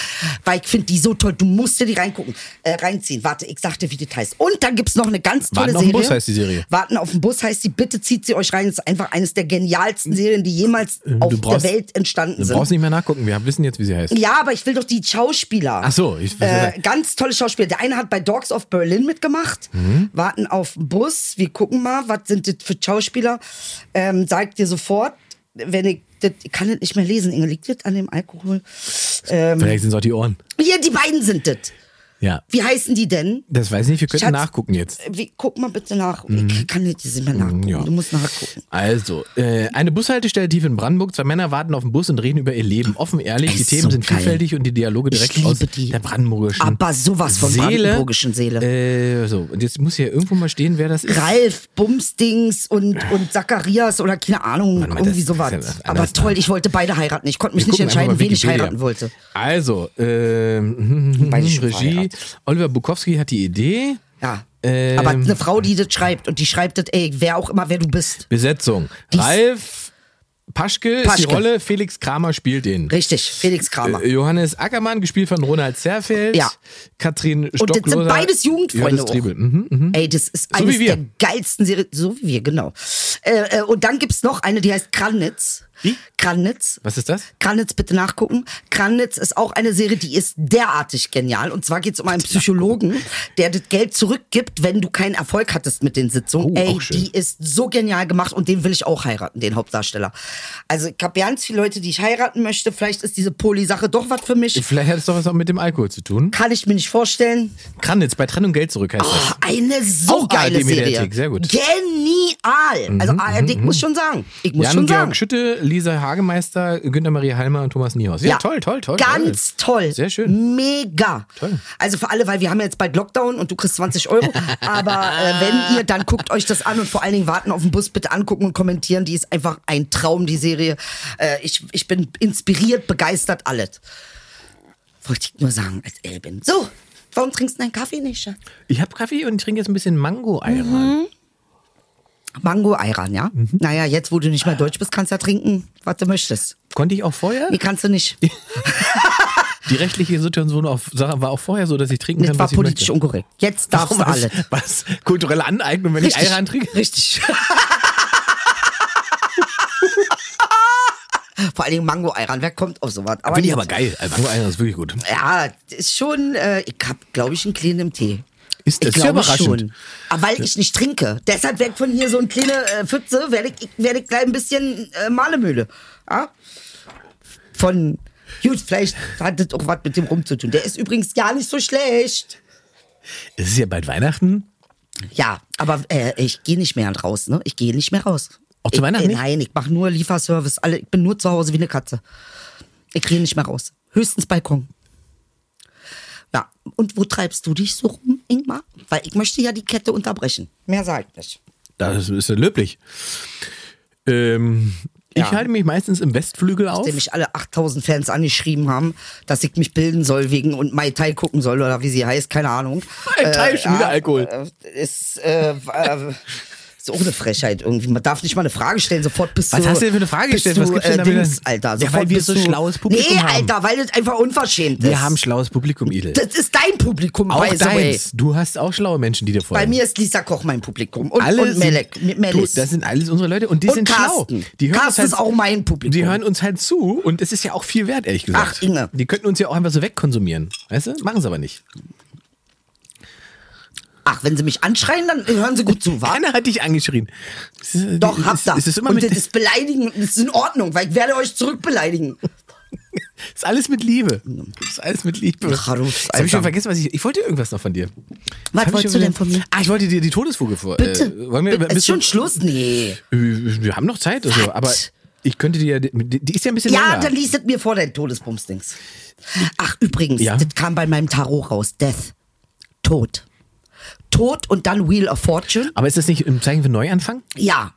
Weil ich finde die so toll. Du musst dir die reingucken, äh, reinziehen. Warte, ich sag dir, wie das heißt. Und dann gibt's noch eine ganz tolle
Warten auf den
Serie.
Bus heißt die Serie.
Warten auf den Bus heißt sie, bitte zieht sie euch rein. Das ist einfach eines der genialsten Serien, die jemals auf
Äh, brauchst-
der Welt entstanden
Du
sind.
brauchst nicht mehr nachgucken. Wir wissen jetzt, wie sie heißt.
Ja, aber ich will doch die Schauspieler.
Ach so, ich-
äh, ganz tolle Schauspieler. Der eine hat bei Dogs of Berlin mitgemacht.
Mhm.
Warten auf den Bus. Wir gucken mal, was sind das für Schauspieler. Ähm, sag dir sofort, wenn ich das, ich kann das nicht mehr lesen. Inge, liegt das an dem Alkohol? Ähm,
Vielleicht sind es auch die Ohren.
hier, die beiden sind das.
Ja.
Wie heißen die denn?
Das weiß ich nicht. Wir könnten
Schatz.
nachgucken jetzt.
Wie, guck mal bitte nach. Ich kann das nicht mehr nachgucken.
Mhm. ja.
Du musst nachgucken.
Also, äh, eine Bushaltestelle tief in Brandenburg. Zwei Männer warten auf den Bus und reden über ihr Leben. Offen, ehrlich,
Ey,
die
ist
Themen
so
sind
geil.
vielfältig und die Dialoge
Ich
direkt
liebe
aus
die.
der brandenburgischen
Aber sowas von
Seele.
brandenburgischen Seele.
Äh, so, und jetzt muss hier irgendwo mal stehen, wer das ist.
Ralf Bumsdings und, und Zacharias oder keine Ahnung,
Warte mal,
irgendwie
das-
sowas.
das ist ja was
Aber
anderes, ne?
toll, ich wollte beide heiraten. Ich konnte mich
Wir
nicht
gucken einfach
entscheiden,
mal
wen ich
Wikipedia.
heiraten wollte.
Also, ähm,
Beide schon
Regie.
verheiratet.
Oliver Bukowski hat die Idee.
Ja.
Ähm,
Aber ne- eine Frau, die das schreibt und die schreibt das, ey, wer auch immer, wer du bist.
Besetzung.
Dies-
Ralf Paschke, ist die
Paschke.
Rolle. Felix Kramer spielt den.
Richtig, Felix Kramer.
Äh, Johannes Ackermann, gespielt von Ronald Zerfeld.
Ja.
Katrin
und
Stockloser.
das sind beides Jugendfreunde.
Johannes
Auch.
Triebel. Mhm.
Ey, das ist
So
eines
wie wir.
der geilsten Serien. So wie wir, genau. Äh, äh, und dann gibt's noch eine, die heißt Kranitz.
Wie?
Kranitz.
Was ist das?
Kranitz bitte nachgucken. Kranitz ist auch eine Serie, die ist derartig genial. Und zwar geht's um einen Psychologen, der das Geld zurückgibt, wenn du keinen Erfolg hattest mit den Sitzungen.
Oh,
Ey,
auch schön.
die ist so genial gemacht und den will ich auch heiraten, den Hauptdarsteller. Also ich habe ganz viele Leute, die ich heiraten möchte. Vielleicht ist diese Poli-Sache doch was für mich.
Vielleicht hat es doch was auch mit dem Alkohol zu tun.
Kann ich mir nicht vorstellen.
Kranitz, bei Trennung Geld zurück heißt das.
Ach, eine so
Auch
geile
ARD Mediathek,
Serie.
sehr gut. Mhm,
Genial. Also ARD, ich muss schon sagen. Ich muss
Jan
schon
und Georg
sagen.
Schütte, Lisa Hagemeister, Günter Maria Halmer und Thomas Niehaus. Ja, toll, toll, toll.
Ganz toll.
Sehr schön.
Mega.
Toll.
Also für alle, weil wir haben ja jetzt bald Lockdown und du kriegst 20 Euro. Aber äh, wenn ihr, dann guckt euch das an und vor allen Dingen warten auf den Bus, bitte angucken und kommentieren. Die ist einfach ein Traum, die Serie. Äh, ich, ich bin inspiriert, begeistert, alles. Wollte ich nur sagen, als Elbin. So, warum trinkst du deinen Kaffee nicht? Schatz?
toll. Ich habe Kaffee und trinke jetzt ein bisschen mango mhm.
Mango Ayran, ja? Naja, jetzt, wo du nicht mehr deutsch bist, kannst du ja trinken, was du möchtest.
Konnte ich auch vorher?
Nee, kannst du nicht.
Die rechtliche Situation auf, Sache war auch vorher so, dass ich trinken
Das
kann,
war
was ich
politisch
möchte.
unkorrekt. Jetzt darfst du alles.
Was? Kulturelle Aneignung, wenn ich Ayran trinke?
Richtig. Vor allen Dingen Mango-Ayran, wer kommt auf sowas? Aber
Finde ich
gut.
aber geil. Also Mango Ayran ist wirklich gut.
Ja, das ist schon, äh, ich hab, glaube ich, einen kleinen im Tee.
Ist das
ich glaube
sehr überraschend.
schon. Aber weil ich nicht trinke. Deshalb weg von hier so ein kleiner äh, Pfütze, werde ich, ich werd ich gleich ein bisschen äh, Malemühle. Ja? Von Gut, vielleicht hat das auch was mit dem Rum zu tun. Der ist übrigens gar nicht so schlecht.
Es ist ja bald Weihnachten.
Ja, aber äh, ich gehe nicht mehr raus, ne? Ich gehe nicht mehr raus.
Auch zu
ich, äh,
Weihnachten nicht?
Nein, ich mache nur Lieferservice. Alle, ich bin nur zu Hause wie eine Katze. Ich gehe nicht mehr raus. Höchstens Balkon. Ja, und wo treibst du dich so rum, Ingmar? Weil ich möchte ja die Kette unterbrechen. Mehr sag ich nicht.
Das ist ja löblich. Ähm, Ich
Ja.
halte mich meistens im Westflügel auf.
Nachdem mich alle 8000 Fans angeschrieben haben, dass ich mich bilden soll wegen und Mai Tai gucken soll oder wie sie heißt, keine Ahnung.
Mai Tai, schon wieder Alkohol.
äh, Ist, äh, äh, ist auch eine Frechheit irgendwie. Man darf nicht mal eine Frage stellen, sofort bist
Was
du.
hast du denn für eine Frage
bist
gestellt?
Du,
Was gibt's denn
äh,
da wieder?
Dings, Alter.
Ja,
Sofort
weil wir
bist
so
du,
schlaues Publikum
Nee,
haben.
Alter, weil das einfach unverschämt ist.
Wir haben schlaues Publikum, Idel.
das ist dein Publikum,
Auch
by the way.
deins. Du hast auch schlaue Menschen, die dir folgen.
Bei mir ist Lisa Koch mein Publikum. Und,
alle
und Melek.
sind,
Melis.
Du, das sind alles unsere Leute und die
Und
sind
Carsten.
schlau. Die hören halt
Carsten
uns
ist auch mein Publikum.
Die hören uns halt zu und es ist ja auch viel wert, ehrlich gesagt.
Ach, Inge.
Die könnten uns ja auch einfach so wegkonsumieren. Weißt du? Machen sie aber nicht.
Ach, wenn sie mich anschreien, dann hören sie gut zu, wa?
Keiner hat dich angeschrien. Es ist- äh,
Doch,
es-
habt ihr.
Es ist immer
und
mit,
das ist beleidigen, das ist in Ordnung, weil ich werde euch zurückbeleidigen.
es ist alles mit Liebe. Es ist alles mit Liebe.
Ach, du
Jetzt habe ich schon
Alter.
vergessen, was ich. Ich wollte irgendwas noch von dir.
Was
Hab ich
wolltest
schon
du denn
wieder-
von mir?
Ah, ich wollte dir die Todesvogel vor.
Bitte.
Äh, wollen wir,
Bitte, ist
bist du-
schon Schluss? Nee.
Wir wir haben noch Zeit, also,
Was?
aber ich könnte dir. Die, die ist ja ein bisschen
Ja,
länger.
dann liest es mir vor, dein Todesbumsdings. Ach, übrigens,
Ja?
das kam bei meinem Tarot raus. Death. Tod. Tod und dann Wheel of Fortune.
aber ist das nicht im Zeichen für Neuanfang?
Ja.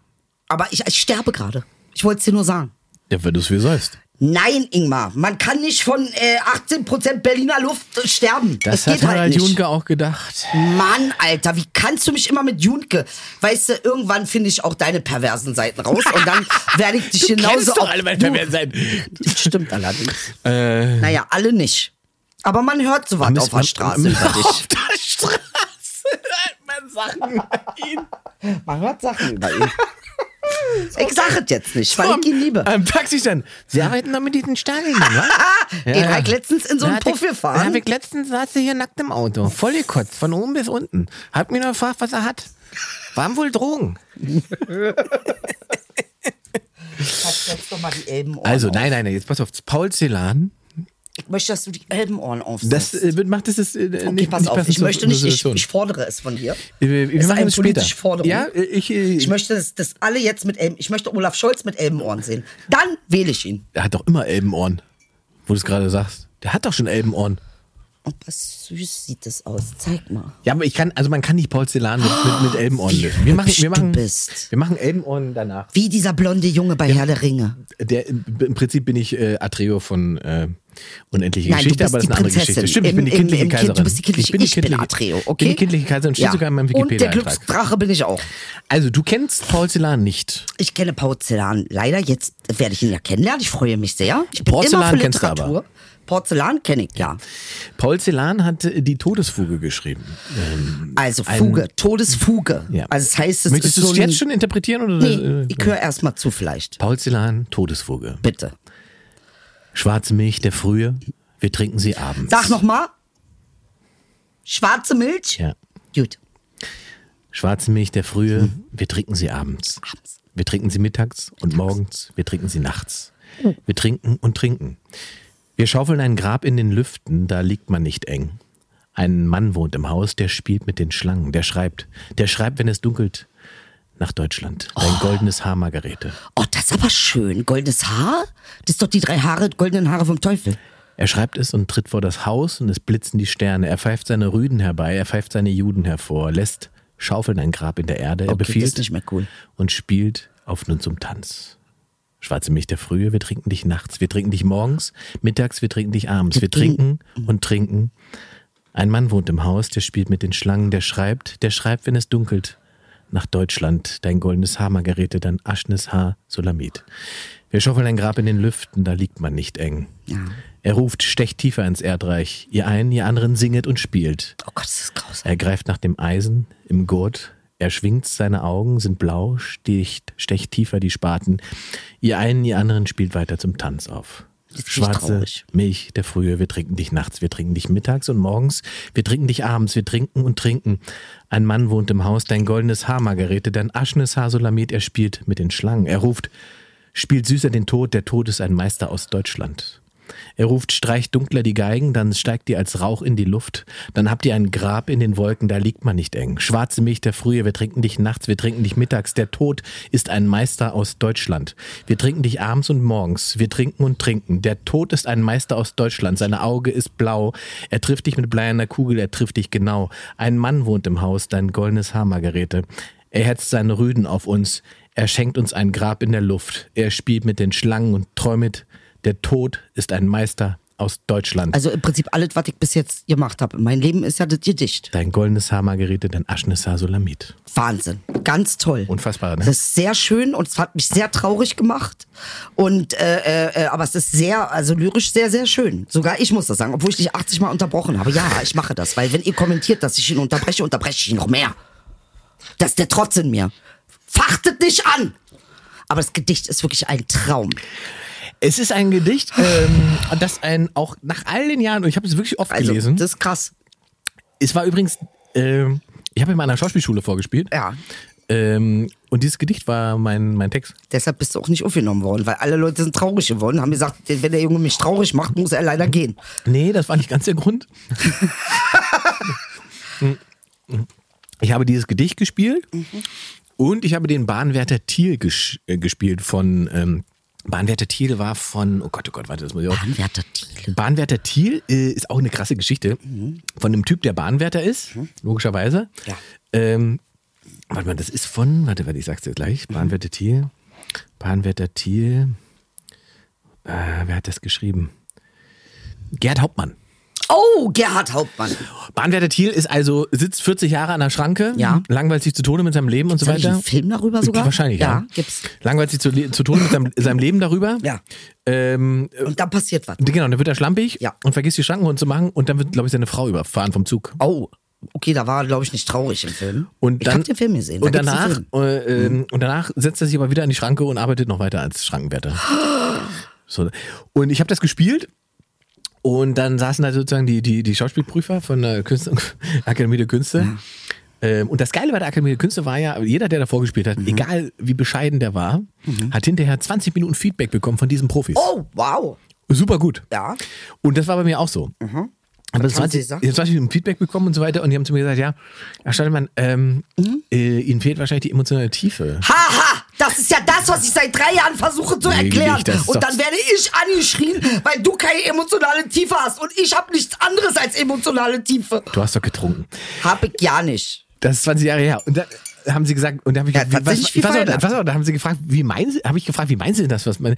Aber ich, ich sterbe gerade. Ich wollte es dir nur sagen.
Ja, wenn du es wie sollst.
Nein, Ingmar, man kann nicht von äh, 18% Berliner Luft äh, sterben.
Das
geht
hat Harald
halt nicht.
Juncker auch gedacht.
Mann, Alter, wie kannst du mich immer mit Junke? Weißt du, irgendwann finde ich auch deine perversen Seiten raus und dann werde ich dich genauso.
doch
auf-
alle meine
Du-
Perversen sein.
Stimmt allerdings. Naja, alle nicht. Aber man hört sowas
Mist,
auf der
man-
Straße über dich.
Auf der Straße. Man sagt ihn.
Man hört Sachen über ihn. Ich sage es jetzt nicht, weil ich ihn liebe.
Am Taxi stand. Ähm, Sie arbeiten noch mit diesen Stahlhänden, ne?
Den habe ich letztens in so einen Puff
Hab
gefahren.
ich letztens saß er hier nackt im Auto. Voll gekotzt, von oben bis unten. Hat mir noch gefragt, was er hat. Waren wohl Drogen.
Jetzt doch mal die Elbenohren
Also,
auf.
nein, nein, nein, jetzt pass auf. Paul Celan,
Ich möchte, dass du die Elbenohren aufsetzt.
das äh, wird- macht es äh,
okay,
nicht
pass
nicht
auf,
passend
ich
zur-
möchte
zur
nicht, ich,
Situation.
ich fordere es von dir.
wir wir
Es ist
machen
eine
das später.
politische Forderung.
Ja, äh, ich, äh,
Ich möchte, dass, dass alle jetzt mit Elben, ich möchte Olaf Scholz mit Elbenohren sehen. Dann wähle ich ihn.
Der hat doch immer Elbenohren, wo du es gerade sagst. Der hat doch schon Elbenohren.
Und was süß sieht das aus. Zeig mal.
Ja, aber ich kann, also man kann nicht Porzellan mit, mit, mit Elbenohren
Wie
lösen. Wir machen,
hübsch
wir
du
machen,
bist.
wir machen Elbenohren danach.
Wie dieser blonde Junge bei Herr der Ringe.
Der, Im im Prinzip bin ich äh, Atreo von äh, Unendliche
Nein, du
Geschichte,
bist
aber das ist
die
eine andere
Prinzessin.
Geschichte. Stimmt, ich
Im-
bin die
im-
kindliche
im Kind-
Kaiserin.
du bist die kindliche-
die
ich bin
kindliche-
Atreo, okay?
bin die kindliche Kaiserin, steht sogar in meinem
Und der
Wikipedia-Eintrag.
Glücksdrache bin ich auch.
Also, du kennst Porzellan nicht.
Ich kenne Porzellan. Leider, jetzt werde ich ihn ja kennenlernen. Ich freue mich sehr. Ich bin
Porzellan
immer für
kennst du aber.
Literatur. Porzellan kenne ich, ja.
Porzellan hat äh, die Todesfuge geschrieben.
Also Fuge, Todesfuge.
Ja.
Also das heißt, es
Möchtest
ist
du
so
es
ein,
jetzt schon interpretieren? Oder
Nee,
Äh,
ich höre erst mal zu vielleicht.
Porzellan, Todesfuge.
Bitte.
Schwarze Milch der Frühe, wir trinken sie abends.
Sag nochmal. Schwarze Milch?
Ja.
Gut.
Schwarze Milch der Frühe, wir trinken sie abends. Wir trinken sie mittags Oh. und morgens, wir trinken sie nachts. Wir trinken und trinken. Wir schaufeln ein Grab in den Lüften, da liegt man nicht eng. Ein Mann wohnt im Haus, der spielt mit den Schlangen, der schreibt, der schreibt, wenn es dunkelt, nach Deutschland. Ein goldenes Haar, Margarete.
Oh, das ist aber schön. Goldenes Haar? Das ist doch die drei Haare, goldenen Haare vom Teufel.
Er schreibt es und tritt vor das Haus und es blitzen die Sterne. Er pfeift seine Rüden herbei, er pfeift seine Juden hervor, lässt schaufeln ein Grab in der Erde. Er
Okay, das
befiehlt
ist nicht mehr cool.
und spielt auf nun zum Tanz. Schwarze Milch der Frühe, wir trinken dich nachts, wir trinken dich morgens, mittags, wir trinken dich abends. Wir trinken und trinken. Ein Mann wohnt im Haus, der spielt mit den Schlangen, der schreibt, der schreibt, wenn es dunkelt. Nach Deutschland, dein goldenes Haar, Margarete, dein aschnes Haar, Solamit. Wir schaufeln ein Grab in den Lüften, da liegt man nicht eng. Er ruft, stecht tiefer ins Erdreich. Ihr einen, ihr anderen singet und spielt.
Oh Gott, das ist grausam.
Er greift nach dem Eisen im Gurt. Er schwingt, seine Augen sind blau, sticht, stecht tiefer die Spaten. Ihr einen, ihr anderen spielt weiter zum Tanz auf.
Jetzt bin ich
Schwarze
traurig.
Milch der Frühe, wir trinken dich nachts, wir trinken dich mittags und morgens, wir trinken dich abends, wir trinken und trinken. Ein Mann wohnt im Haus, dein goldenes Haar, Margarete, dein aschenes Haar, Solamit, er spielt mit den Schlangen. Er ruft, spielt süßer den Tod, der Tod ist ein Meister aus Deutschland. Er ruft, streicht dunkler die Geigen, dann steigt die als Rauch in die Luft. Dann habt ihr ein Grab in den Wolken, da liegt man nicht eng. Schwarze Milch der Frühe, wir trinken dich nachts, wir trinken dich mittags. Der Tod ist ein Meister aus Deutschland. Wir trinken dich abends und morgens, wir trinken und trinken. Der Tod ist ein Meister aus Deutschland, seine Auge ist blau. Er trifft dich mit bleierner Kugel, er trifft dich genau. Ein Mann wohnt im Haus, dein goldenes Hammergeräte. Er hetzt seine Rüden auf uns. Er schenkt uns ein Grab in der Luft. Er spielt mit den Schlangen und träumet. Der Tod ist ein Meister aus Deutschland.
Also im Prinzip alles, was ich bis jetzt gemacht habe. Mein Leben ist ja das Gedicht.
dein goldenes Hammergeräte, dein aschenes Hasolamit.
Wahnsinn. Ganz toll.
Unfassbar, ne?
Das Also ist sehr schön und es hat mich sehr traurig gemacht. Und äh, äh, äh, aber es ist sehr, also lyrisch sehr, sehr schön. Sogar ich muss das sagen, obwohl ich dich 80 Mal unterbrochen habe. Ja, ich mache das, weil wenn ihr kommentiert, dass ich ihn unterbreche, unterbreche ich ihn noch mehr. Das ist der Trotz in mir. Fachtet nicht an! Aber das Gedicht ist wirklich ein Traum.
Es ist ein Gedicht, ähm, das ein auch nach all den Jahren, und ich habe es wirklich oft
Also,
gelesen.
das ist krass.
Es war übrigens, ähm, ich habe in meiner Schauspielschule vorgespielt.
Ja.
Ähm, und dieses Gedicht war mein, mein Text.
Deshalb bist du auch nicht aufgenommen worden, weil alle Leute sind traurig geworden, haben gesagt, wenn der Junge mich traurig macht, muss er leider gehen.
Nee, das war nicht ganz der Grund. ich habe dieses Gedicht gespielt
Mhm.
und ich habe den Bahnwärter Thiel gesch- äh, gespielt von ähm, Bahnwärter Thiel war von, oh Gott, oh Gott, warte, das muss ich auch.
Anwärter Thiele.
Bahnwärter Thiel äh, ist auch eine krasse Geschichte von einem Typ, der Bahnwärter ist, logischerweise.
Mhm. Ja.
Ähm, warte mal, das ist von, warte, warte, ich sag's dir gleich. Bahnwärter Thiel. Bahnwärter Thiel. Äh, wer hat das geschrieben? Gerd Hauptmann.
Oh, Gerhard Hauptmann.
Bahnwärter Thiel ist also, sitzt 40 Jahre an der Schranke,
Ja.
langweilt sich zu Tode mit seinem Leben und so
Gibt's
weiter.
eigentlich einen Film darüber sogar?
Wahrscheinlich, ja.
Ja, gibt's.
Langweilt sich zu, le- zu Tode mit seinem, seinem Leben darüber.
Ja.
Ähm,
Und dann passiert was.
Genau, dann wird er schlampig
Ja.
und vergisst die Schranken zu machen und dann wird, glaube ich, seine Frau überfahren vom Zug.
Oh, okay, da war er, glaube ich, nicht traurig im Film.
Und dann,
ich hab den Film gesehen.
Und
da gibt's
danach,
einen Film.
äh, ähm, und danach setzt er sich aber wieder an die Schranke und arbeitet noch weiter als Schrankenwärter. So. Und ich habe das gespielt und dann saßen da sozusagen die, die, die Schauspielprüfer von der Künste, Akademie der Künste.
Hm.
Ähm, und das Geile bei der Akademie der Künste war ja, jeder, der davor gespielt
Mhm.
hat, egal wie bescheiden der war, hat hinterher 20 Minuten Feedback bekommen von diesen Profis.
Oh, wow.
Super gut.
Ja.
Und das war bei mir auch so. Aber das
haben
war,
Sie
ich
gesagt?
habe ein Feedback bekommen und so weiter und die haben zu mir gesagt, ja, Herr Steinmann, ähm, äh, Ihnen fehlt wahrscheinlich die emotionale Tiefe.
Haha, das ist ja das, was ich seit drei Jahren versuche zu
Nee,
erklären.
Gedicht, das ist
und
doch-
dann werde ich angeschrien, weil du keine emotionale Tiefe hast. Und ich habe nichts anderes als emotionale Tiefe.
Du hast doch getrunken.
Hab ich ja nicht.
Das ist 20 Jahre her. Und da haben sie gesagt, und da habe ich
Ja,
gefragt,
hat
was,
sich viel
was, was,
verändert.
was, da haben sie gefragt, wie meinen sie, habe ich gefragt, wie meinen sie denn das, was man,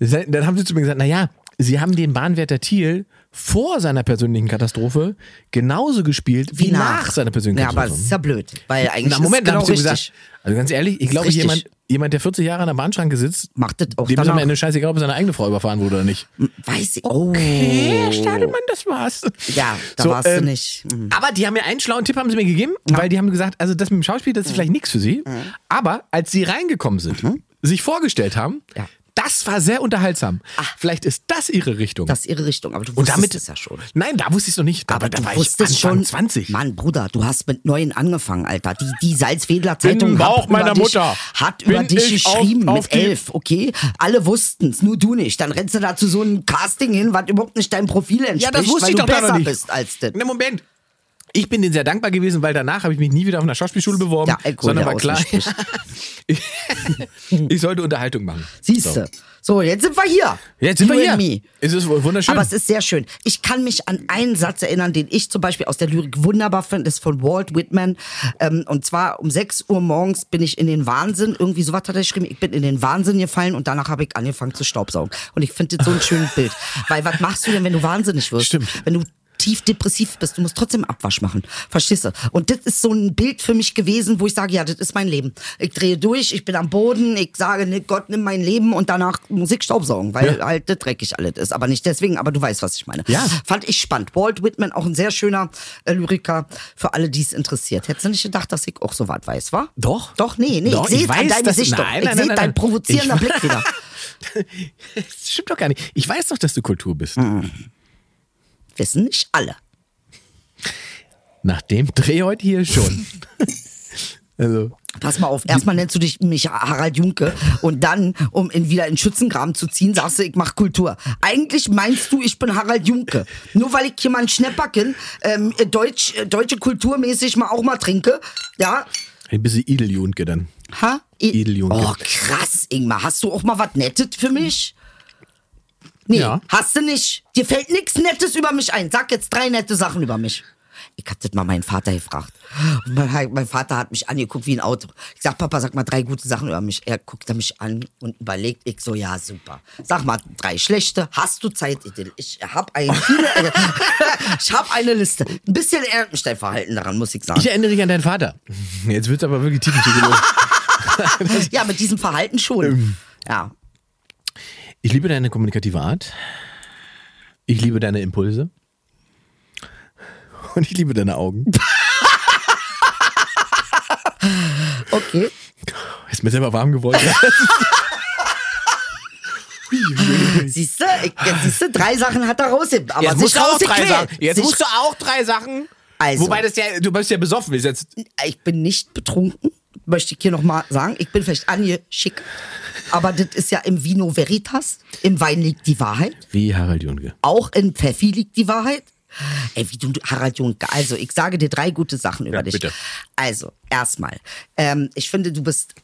dann haben sie zu mir gesagt, naja, sie haben den Bahnwärter Thiel vor seiner persönlichen Katastrophe genauso gespielt wie, nach. seiner persönlichen
Ja, aber
Katastrophe.
das ist ja blöd. Weil eigentlich
Na, Moment,
ist
da hab
es genau
ich so
richtig.
gesagt. Also ganz ehrlich, ich glaube,
richtig.
jemand, jemand, der 40 Jahre an der Bahnschranke sitzt,
Macht das auch
dem ist am
danach.
Ende scheißegal, ob seine eigene Frau überfahren wurde oder nicht.
Weiß ich.
Hey,
Oh.
Stadelmann, das war's. ähm,
Ja, da warst du nicht. Mhm.
Aber die haben mir einen schlauen Tipp haben sie mir gegeben, weil die haben gesagt, also das mit dem Schauspiel, das ist vielleicht nichts für sie. Aber als sie reingekommen sind, sich vorgestellt haben,
Mhm. Ja. Ah.
das war sehr unterhaltsam. Vielleicht ist das ihre Richtung.
Das ist ihre Richtung. Aber du
und
wusstest
damit
es ja schon.
Nein, da wusste ich es noch nicht. Aber, da
du
war ich
wusstest
Anfang
schon,
20.
Mann, Bruder, du hast mit neuen angefangen, Alter. Die, die Salzwedler Zeitung
Im Bauch
hat über
meiner
dich,
Mutter
hat
bin
über dich
ich auf-
geschrieben
auf
mit
die-
elf, okay? Alle wussten's, nur du nicht. Dann rennst du da zu so einem Casting hin, was überhaupt nicht deinem Profil entspricht,
Ja, das wusste
weil
ich
du
doch da
besser
noch nicht. Ne-
bist als das.
Na, Moment. Ich bin denen sehr dankbar gewesen, weil danach habe ich mich nie wieder auf einer Schauspielschule beworben,
Ja, Alkohol,
sondern
der
war klar,
ausgespricht.
ich, ich sollte Unterhaltung machen.
Siehst du. So. jetzt sind wir hier.
Jetzt sind
you
wir
and
hier.
Me.
Es ist wohl wunderschön.
Aber es ist sehr schön. Ich kann mich an einen Satz erinnern, den ich zum Beispiel aus der Lyrik wunderbar finde. Das ist von Walt Whitman. Ähm, und zwar um 6 Uhr morgens bin ich in den Wahnsinn. Irgendwie sowas hat er geschrieben. Ich bin in den Wahnsinn gefallen und danach habe ich angefangen zu staubsaugen. Und ich finde das so ein schönes Bild. Weil was machst du denn, wenn du wahnsinnig wirst?
Stimmt.
Wenn du tief depressiv bist, du musst trotzdem Abwasch machen. Verstehst du? Und das ist so ein Bild für mich gewesen, wo ich sage, ja, das ist mein Leben. Ich drehe durch, ich bin am Boden, ich sage, ne, Gott nimm mein Leben und danach muss ich Staubsaugen, weil
Ja.
halt das dreckig alles ist. Aber nicht deswegen, aber du weißt, was ich meine.
Ja.
Fand ich spannend. Walt Whitman, auch ein sehr schöner äh, Lyriker für alle, die es interessiert. Hättest du nicht gedacht, dass ich auch so was weiß, wa?
Doch.
Doch, nee, nee,
Doch,
ich sehe
ich
es an
weiß,
deinem
dass-
Gesicht. doch.
Nein,
ich
nein,
sehe
nein,
dein
nein.
provozierender
Ich-
Blick wieder.
Das stimmt doch gar nicht. Ich weiß doch, dass du Kultur bist.
Mhm. Wissen nicht alle.
Nach dem Dreh heute hier schon. also,
Pass mal auf, erstmal nennst du dich mich Harald Junke und dann, um ihn wieder in Schützengraben zu ziehen, sagst du, ich mach Kultur. Eigentlich meinst du, ich bin Harald Junke. Nur weil ich hier mal einen Schnäpperken, ähm, deutsch, äh, deutsche kulturmäßig mal auch mal trinke, ja,
Ein bisschen Ideljunke dann.
Ha? I
Edeljunge.
Oh, krass, Ingmar. Hast du auch mal was Nettes für mich? Nee,
Ja.
hast du nicht. Dir fällt nichts Nettes über mich ein. Sag jetzt drei nette Sachen über mich. Ich hab das mal meinen Vater gefragt. Und mein, mein Vater hat mich angeguckt wie ein Auto. Ich sag, Papa, sag mal drei gute Sachen über mich. Er guckt mich an und überlegt. Ich so, ja, super. Sag mal drei schlechte. Hast du Zeit, Edel? Ich hab, ein, ich hab eine Liste. Ein bisschen Erntenstein-Verhalten daran, muss ich sagen.
Ich erinnere dich an deinen Vater. Jetzt wird's aber wirklich titelzugelogen.
ja, mit diesem Verhalten schon. Ja,
Ich liebe deine kommunikative Art. Ich liebe deine Impulse. Und ich liebe deine Augen.
okay.
Ist mir selber warm geworden.
Siehst du, siehst du, drei Sachen hat er raus. Aber sich rausgequält. sich,
du auch drei Sachen.
Also.
Wobei das ja, du bist ja besoffen. Ist jetzt,
Ich bin nicht betrunken, möchte ich hier nochmal sagen. Ich bin vielleicht angeschick. Aber das ist ja im Vino Veritas. Im Wein liegt die Wahrheit.
Wie Harald Junke.
Auch in Pfeffi liegt die Wahrheit. Ey, wie du, Harald Junke. Also, ich sage dir drei gute Sachen über dich.
bitte.
Also, erstmal, ähm, ich finde, du bist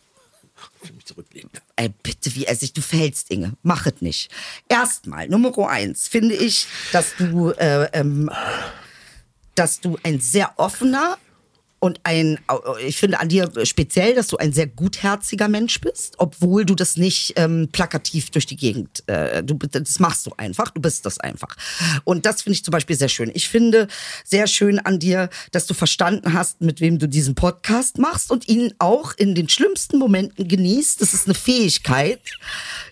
Zurücklehnen.
Ey, bitte, wie er sich, du verhältst, Inge. Mach es nicht. Erstmal, Nummer eins, finde ich, dass du, äh, ähm, dass du ein sehr offener und ein, ich finde an dir speziell, dass du ein sehr gutherziger Mensch bist, obwohl du das nicht ähm, plakativ durch die Gegend, äh, du, das machst du einfach, du bist das einfach. Und das finde ich zum Beispiel sehr schön. Ich finde sehr schön an dir, dass du verstanden hast, mit wem du diesen Podcast machst und ihn auch in den schlimmsten Momenten genießt. Das ist eine Fähigkeit,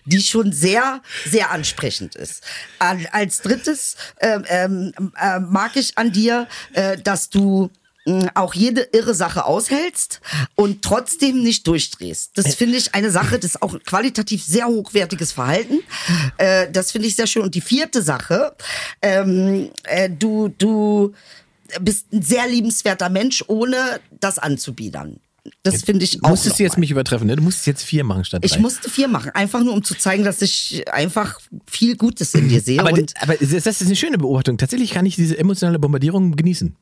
die schon sehr, sehr ansprechend ist. An, als drittes ähm, ähm, äh, mag ich an dir, äh, dass du mh, auch jede irre Sache aushältst und trotzdem nicht durchdrehst.
Äh.
Das finde ich eine Sache, das ist auch ein qualitativ sehr hochwertiges Verhalten. Äh, das finde ich sehr schön. Und die vierte Sache, ähm, äh, du, du bist ein sehr liebenswerter Mensch, ohne das anzubiedern. Das finde ich auch.
Musstest du
noch
jetzt
mal.
mich übertreffen, ne? Du musstest jetzt vier machen statt drei.
Ich musste vier machen, einfach nur um zu zeigen, dass ich einfach viel Gutes in dir sehe.
aber,
und,
das- aber das ist eine schöne Beobachtung. Tatsächlich kann ich diese emotionale Bombardierung genießen.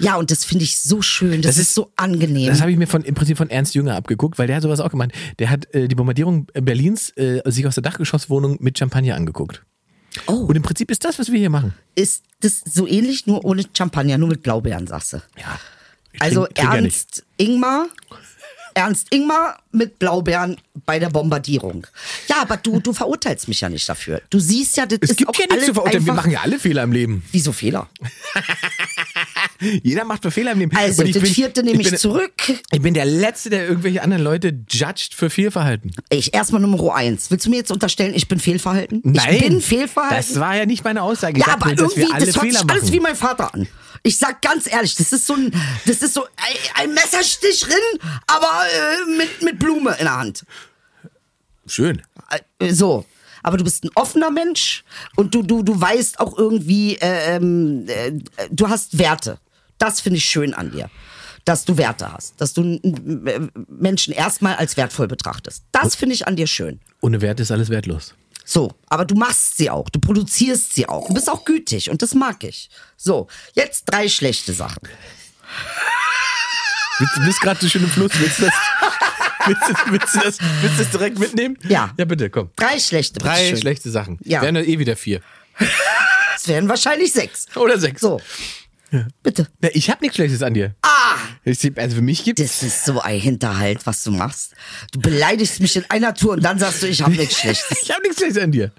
ja, und das finde ich so schön. Das,
Das
ist,
ist-
so angenehm.
Das habe ich mir von, im Prinzip von Ernst Jünger abgeguckt, weil der hat sowas auch gemacht. Der hat äh, die Bombardierung Berlins äh, sich aus der Dachgeschosswohnung mit Champagner angeguckt.
Oh.
Und im Prinzip ist das, was wir hier machen.
ist das so ähnlich, nur ohne Champagner, nur mit Blaubeeren, sagst du.
Ja. Ich
Also
trink- trink ja nicht.
Ernst Ingmar. Ernst Ingmar mit Blaubeeren bei der Bombardierung. Ja, aber du, du verurteilst mich ja nicht dafür. Du siehst ja, das
Es
ist
gibt
auch
ja nichts
alles
zu verurteilen. Wir
einfach-
machen ja alle Fehler im Leben.
Wieso Fehler?
Jeder macht Fehler im Leben.
Also,
Und ich
das
bin-
vierte nehme ich,
bin,
zurück.
Ich bin der Letzte, der irgendwelche anderen Leute judged für Fehlverhalten.
Ich erstmal Nummer eins. Willst du mir jetzt unterstellen, ich bin Fehlverhalten?
Nein.
Ich bin Fehlverhalten.
Das war ja nicht meine Aussage. Ich
Ja,
sag
aber
nur, dass
irgendwie,
wir alle
das hört
Fehler
sich
machen.
alles wie mein Vater an. Ich sag ganz ehrlich, das ist so ein, das ist so ein- ein Messerstich drin, aber äh, mit, mit Blume in der Hand.
Schön.
Äh, So. Aber du bist ein offener Mensch und du, du, du weißt auch irgendwie, äh, ähm, äh, du hast Werte. Das finde ich schön an dir. Dass du Werte hast. Dass du äh, Menschen erstmal als wertvoll betrachtest. Das finde ich an dir schön.
Ohne Wert ist alles wertlos.
So, aber du machst sie auch, du produzierst sie auch, du bist auch gütig und das mag ich. So, jetzt drei schlechte Sachen.
Willst- Du bist gerade so schön im Fluss. Willst du das, willst du, willst du das, willst du das direkt mitnehmen?
Ja.
Ja, bitte, komm.
Drei schlechte,
Drei
bitteschön.
schlechte Sachen.
Ja.
Wären ja eh wieder vier.
Es wären wahrscheinlich sechs.
Oder sechs.
So, bitte.
Na, ich habe nichts Schlechtes an dir.
Ah,
Ich, also für mich gibt es.
das ist so ein Hinterhalt, was du machst. Du beleidigst mich in einer Tour und dann sagst du, ich habe nichts Schlechtes.
Ich habe nichts Schlechtes an dir.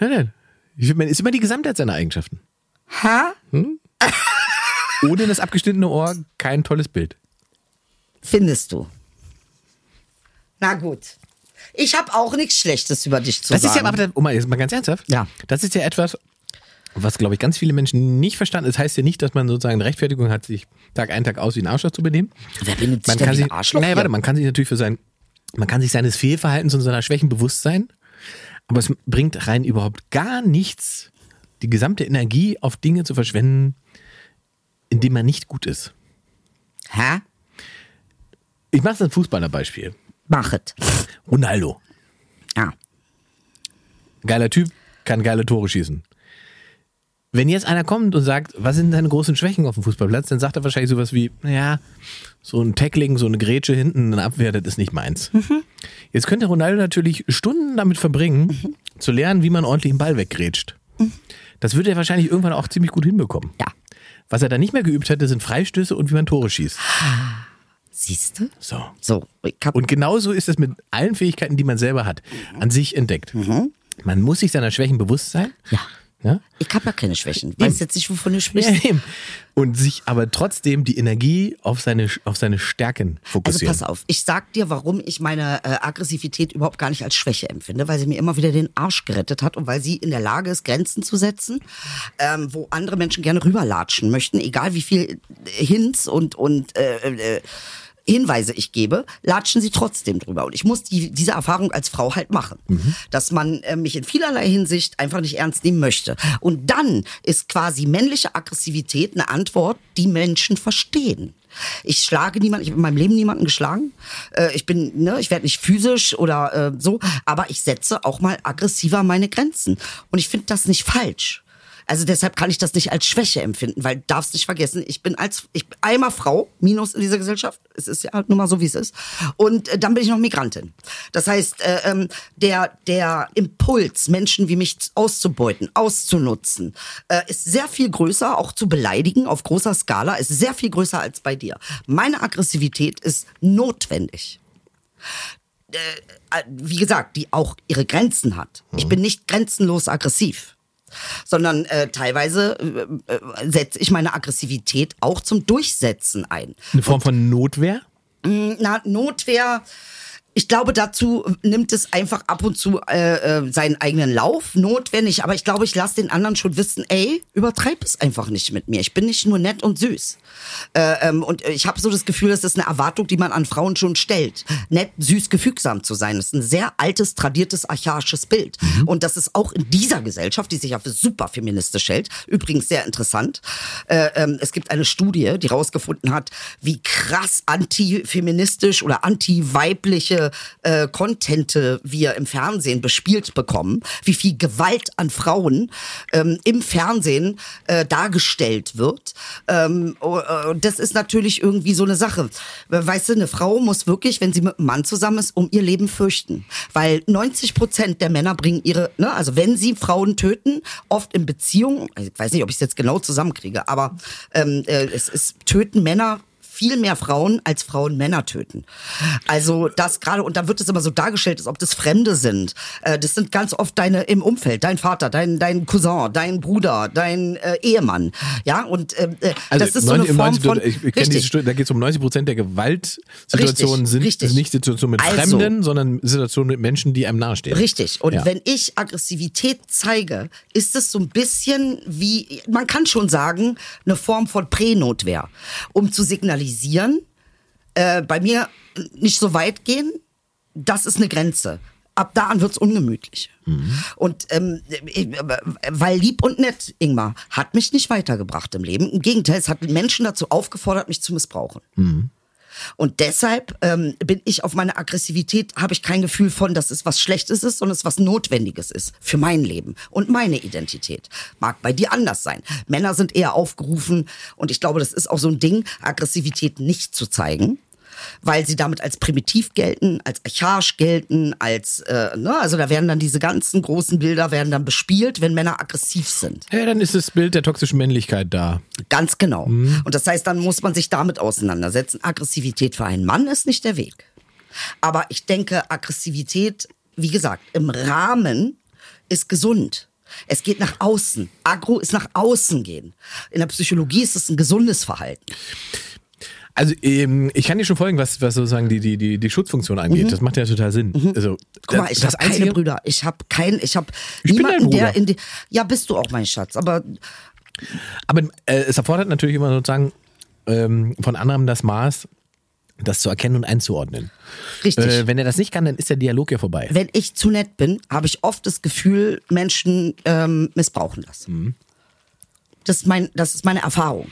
Nein, nein. Ich find, man ist immer die Gesamtheit seiner Eigenschaften.
Ha?
Ohne das abgeschnittene Ohr kein tolles Bild.
Findest du. Na gut. Ich habe auch nichts Schlechtes über dich zu
Das ist
sagen.
ja, aber, oh mal, jetzt mal ganz ernsthaft.
Ja.
Das ist ja etwas, was, glaube ich, ganz viele Menschen nicht verstanden. Es das heißt ja nicht, dass man sozusagen eine Rechtfertigung hat, sich Tag ein, Tag aus wie ein Arschloch zu benehmen.
Wer benimmt sich
Man
denn
kann
wie ein
sich,
Arschloch
naja,
hier?
warte, man kann sich natürlich für sein, man kann sich seines Fehlverhaltens und seiner Schwächen bewusst sein, aber es bringt rein überhaupt gar nichts, die gesamte Energie auf Dinge zu verschwenden, in denen man nicht gut ist.
Hä?
Ich mache ein Fußballerbeispiel.
Machet.
Ronaldo.
Ja.
Geiler Typ, kann geile Tore schießen. Wenn jetzt einer kommt und sagt, was sind deine großen Schwächen auf dem Fußballplatz, dann sagt er wahrscheinlich sowas wie, naja, so ein Tackling, so eine Grätsche hinten, eine Abwehr, das ist nicht meins. Jetzt könnte Ronaldo natürlich Stunden damit verbringen, zu lernen, wie man ordentlich den Ball weggrätscht. Das würde er wahrscheinlich irgendwann auch ziemlich gut hinbekommen.
Ja.
Was er dann nicht mehr geübt hätte, sind Freistöße und wie man Tore schießt.
Siehst du?
So.
So, ich hab,
Und genauso ist es mit allen Fähigkeiten, die man selber hat, an sich entdeckt. Man muss sich seiner Schwächen bewusst sein.
ja.
Ja?
Ich habe ja keine Schwächen. Weiß jetzt nicht, wovon du
Ja,
sprichst.
eben. Und sich aber trotzdem die Energie auf seine, auf seine Stärken
Also
fokussieren.
pass auf, ich sag dir, warum ich meine äh, Aggressivität überhaupt gar nicht als Schwäche empfinde, weil sie mir immer wieder den Arsch gerettet hat und weil sie in der Lage ist, Grenzen zu setzen, ähm, wo andere Menschen gerne rüberlatschen möchten, egal wie viel Hints und und äh, äh, Hinweise ich gebe, latschen sie trotzdem drüber. Und ich muss die, diese Erfahrung als Frau halt machen, dass man äh, mich in vielerlei Hinsicht einfach nicht ernst nehmen möchte. Und dann ist quasi männliche Aggressivität eine Antwort, die Menschen verstehen. Ich schlage niemanden, ich habe in meinem Leben niemanden geschlagen. Äh, ich bin, ne, ich werde nicht physisch oder äh, so, aber ich setze auch mal aggressiver meine Grenzen. Und ich finde das nicht falsch. Also deshalb kann ich das nicht als Schwäche empfinden, weil du darfst nicht vergessen, ich bin als ich bin einmal Frau, Minus in dieser Gesellschaft. Es ist ja halt nun mal so, wie es ist. Und äh, dann bin ich noch Migrantin. Das heißt, äh, ähm, der, der Impuls, Menschen wie mich auszubeuten, auszunutzen, äh, ist sehr viel größer, auch zu beleidigen auf großer Skala, ist sehr viel größer als bei dir. Meine Aggressivität ist notwendig äh, wie gesagt, die auch ihre Grenzen hat. Ich bin nicht grenzenlos aggressiv, sondern äh, teilweise äh, äh, setze ich meine Aggressivität auch zum Durchsetzen ein.
Eine Form von Notwehr?
Ähm, Na, Notwehr. Ich glaube, dazu nimmt es einfach ab und zu äh, äh, seinen eigenen Lauf, notwendig. Aber ich glaube, ich lasse den anderen schon wissen, ey, übertreib es einfach nicht mit mir. Ich bin nicht nur nett und süß. Äh, ähm, und ich habe so das Gefühl, das ist eine Erwartung, die man an Frauen schon stellt. Nett, süß, gefügsam zu sein. Das ist ein sehr altes, tradiertes, archaisches Bild. Und das ist auch in dieser Gesellschaft, die sich ja für super feministisch hält, übrigens sehr interessant. Äh, ähm, es gibt eine Studie, die rausgefunden hat, wie krass antifeministisch oder anti-weibliche äh, Contente wir im Fernsehen bespielt bekommen, wie viel Gewalt an Frauen ähm, im Fernsehen äh, dargestellt wird. Ähm, oh, äh, das ist natürlich irgendwie so eine Sache. Weißt du, eine Frau muss wirklich, wenn sie mit einem Mann zusammen ist, um ihr Leben fürchten. Weil 90 Prozent der Männer bringen ihre, ne, also wenn sie Frauen töten, oft in Beziehungen, ich weiß nicht, ob ich es jetzt genau zusammenkriege, aber ähm, äh, es ist, töten Männer viel mehr Frauen als Frauen Männer töten. Also das gerade und da wird es immer so dargestellt, als ob das Fremde sind. Äh, Das sind ganz oft deine im Umfeld, dein Vater, dein dein Cousin, dein Bruder, dein äh, Ehemann. Ja und ähm, äh,
Also
das ist so eine
90 im
Form
90
von
ich, ich kenn diese
richtig.
Studie, da geht es um 90 Prozent der Gewaltsituationen
Richtig,
sind
richtig.
nicht Situationen mit
Also-
Fremden, sondern Situationen mit Menschen, die einem nahestehen.
Richtig. Und
Ja.
wenn ich Aggressivität zeige, ist es so ein bisschen wie, man kann schon sagen, eine Form von Pränotwehr, um zu signalisieren, äh, bei mir nicht so weit gehen, das ist eine Grenze. Ab da an wird's ungemütlich.
Mhm.
Und ähm, ich- weil lieb und nett, Ingmar, hat mich nicht weitergebracht im Leben. Im Gegenteil, es hat Menschen dazu aufgefordert, mich zu missbrauchen. Und deshalb ähm, bin ich auf meine Aggressivität, habe ich kein Gefühl von, dass es was Schlechtes ist, sondern es was Notwendiges ist für mein Leben und meine Identität. Mag bei dir anders sein. Männer sind eher aufgerufen und ich glaube, das ist auch so ein Ding, Aggressivität nicht zu zeigen. Weil sie damit als primitiv gelten, als archaisch gelten, als, äh, ne, also da werden dann diese ganzen großen Bilder werden dann bespielt, wenn Männer aggressiv sind.
Ja, dann ist das Bild der toxischen Männlichkeit da.
Ganz genau.
Mhm.
Und das heißt, dann muss man sich damit auseinandersetzen. Aggressivität für einen Mann ist nicht der Weg. Aber ich denke, Aggressivität, wie gesagt, im Rahmen ist gesund. Es geht nach außen. Agro ist nach außen gehen. In der Psychologie ist es ein gesundes Verhalten.
Also ähm, ich kann dir schon folgen, was, was sozusagen die, die, die, die Schutzfunktion angeht. Das macht ja total Sinn. Also,
Mhm. Guck mal, ich habe keine
Einzige-
Brüder. Ich habe kein, ich habe
Ich bin
niemanden,
dein Bruder.
der in die. Ja, bist du auch mein Schatz. Aber
Aber äh, es erfordert natürlich immer sozusagen ähm, von anderem das Maß, das zu erkennen und einzuordnen.
richtig.
Äh, wenn er das nicht kann, dann ist der Dialog ja vorbei.
wenn ich zu nett bin, habe ich oft das Gefühl, Menschen ähm, missbrauchen das.
Mhm.
Das, ist mein, das ist meine Erfahrung.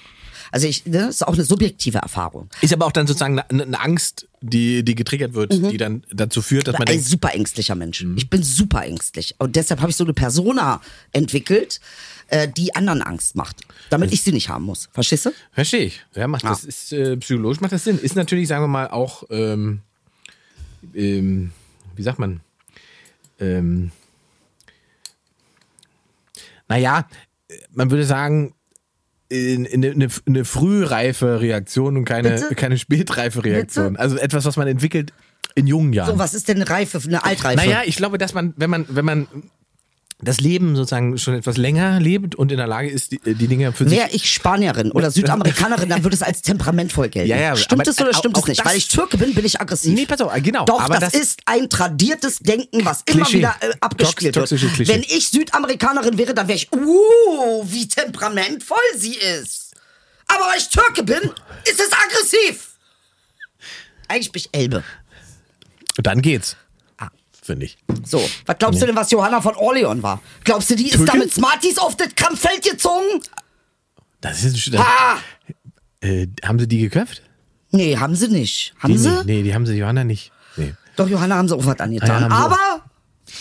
Also ich, ne, das ist auch eine subjektive Erfahrung.
Ist aber auch dann sozusagen eine, eine Angst, die, die getriggert wird,
Mhm.
die dann dazu führt, dass man
ein
denkt, Mhm.
super ängstlicher Mensch. Ich bin super ängstlich. Und deshalb habe ich so eine Persona entwickelt, äh, die anderen Angst macht.
Also
Damit ich sie nicht haben muss. Verstehst du?
verstehe ich. Ja, macht das ist äh, psychologisch macht das Sinn. Ist natürlich, sagen wir mal, auch, ähm, ähm, wie sagt man, ähm, naja, äh, man würde sagen, in- in- eine, eine frühreife Reaktion und keine,
Bitte?
keine spätreife Reaktion. Also etwas, was man entwickelt in jungen Jahren.
So, was ist denn eine Reife, eine Altreife?
Ähm. Naja, ich glaube, dass man, wenn man, wenn man das Leben sozusagen schon etwas länger lebt und in der Lage ist, die, die Dinge für sich.
Wäre ich Spanierin oder Südamerikanerin, dann würde es als temperamentvoll gelten.
Ja, ja, aber-
stimmt es oder
auch-
stimmt es
auch
nicht?
das-
Weil ich Türke bin, bin ich aggressiv.
Nee, pass auf, genau,
Doch,
aber
das,
das-
ist ein tradiertes Denken, was immer
Klischee.
wieder äh, abgespielt
Tox- toxische
wird.
Klischee.
Wenn ich Südamerikanerin wäre, dann wäre ich, uh, wie temperamentvoll sie ist. Aber weil ich Türke bin, ist es aggressiv. Eigentlich bin ich Elbe.
Dann geht's. Ah, Finde ich.
So, was glaubst du denn, was Johanna von Orleon war? Glaubst du, die ist
Türke?
damit Smarties auf das Kampffeld gezogen?
Das ist. Das,
Ah!
äh, haben sie die geköpft?
Nee, haben sie nicht. Haben
die,
sie?
nicht. Nee, die haben sie die Johanna nicht. Nee.
Doch, Johanna haben sie auch was
Ah, ja,
angetan.
haben sie
Aber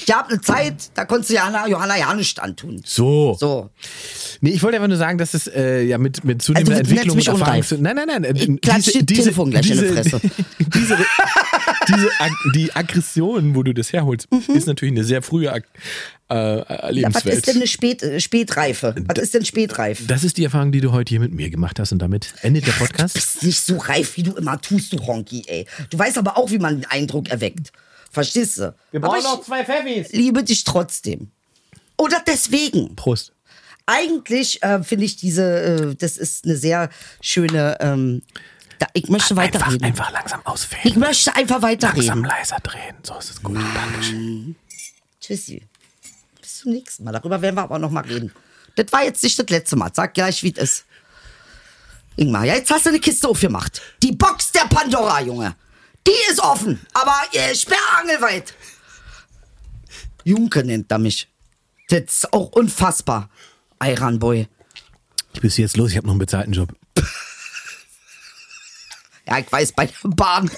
ich habe eine Zeit, da konntest du Johanna, Johanna ja nicht antun.
So.
So,
Nee, ich wollte einfach nur sagen, dass es äh, ja mit, mit
Also,
zunehmender
du nennst
Entwicklung
mich
und
unreif.
Erfahrung. Nein, nein, nein. äh,
Ich klatsch dir Telefon gleich in die Fresse.
diese, diese Ag- die Aggression, wo du das herholst, ist natürlich eine sehr frühe Ag äh,
Mhm. ja, was
Lebenswelt.
ist denn eine Spät, äh, Spätreife? Was ist denn Spätreif?
Das ist die Erfahrung, die du heute hier mit mir gemacht hast und damit endet der
Du
Podcast.
bist nicht so reif, wie du immer tust, du Honky, ey. Du weißt aber auch, wie man den Eindruck erweckt. Verstehst du? Wir brauchen noch zwei Pfeffis. Liebe dich trotzdem. Oder deswegen.
Prost.
Eigentlich äh, finde ich diese, äh, das ist eine sehr schöne, ähm, da, ich möchte
Einfach,
weiterreden.
einfach langsam
Ich
ausfäden.
möchte einfach
Langsam
weiterreden.
leiser drehen. So ist es gut. Dankeschön.
Tschüssi. Bis zum nächsten Mal. Darüber werden wir aber noch mal reden. Das war jetzt nicht das letzte Mal. Sag gleich, wie es ist. Ingmar, ja, jetzt hast du eine Kiste aufgemacht. Die Box der Pandora, Junge. Die ist offen, aber äh, sperrangelweit. Junke nennt er mich. Das ist auch unfassbar. Iranboy.
Ich bin jetzt los. Ich habe noch einen bezahlten Job.
Ja, ich weiß, bei der Bahn.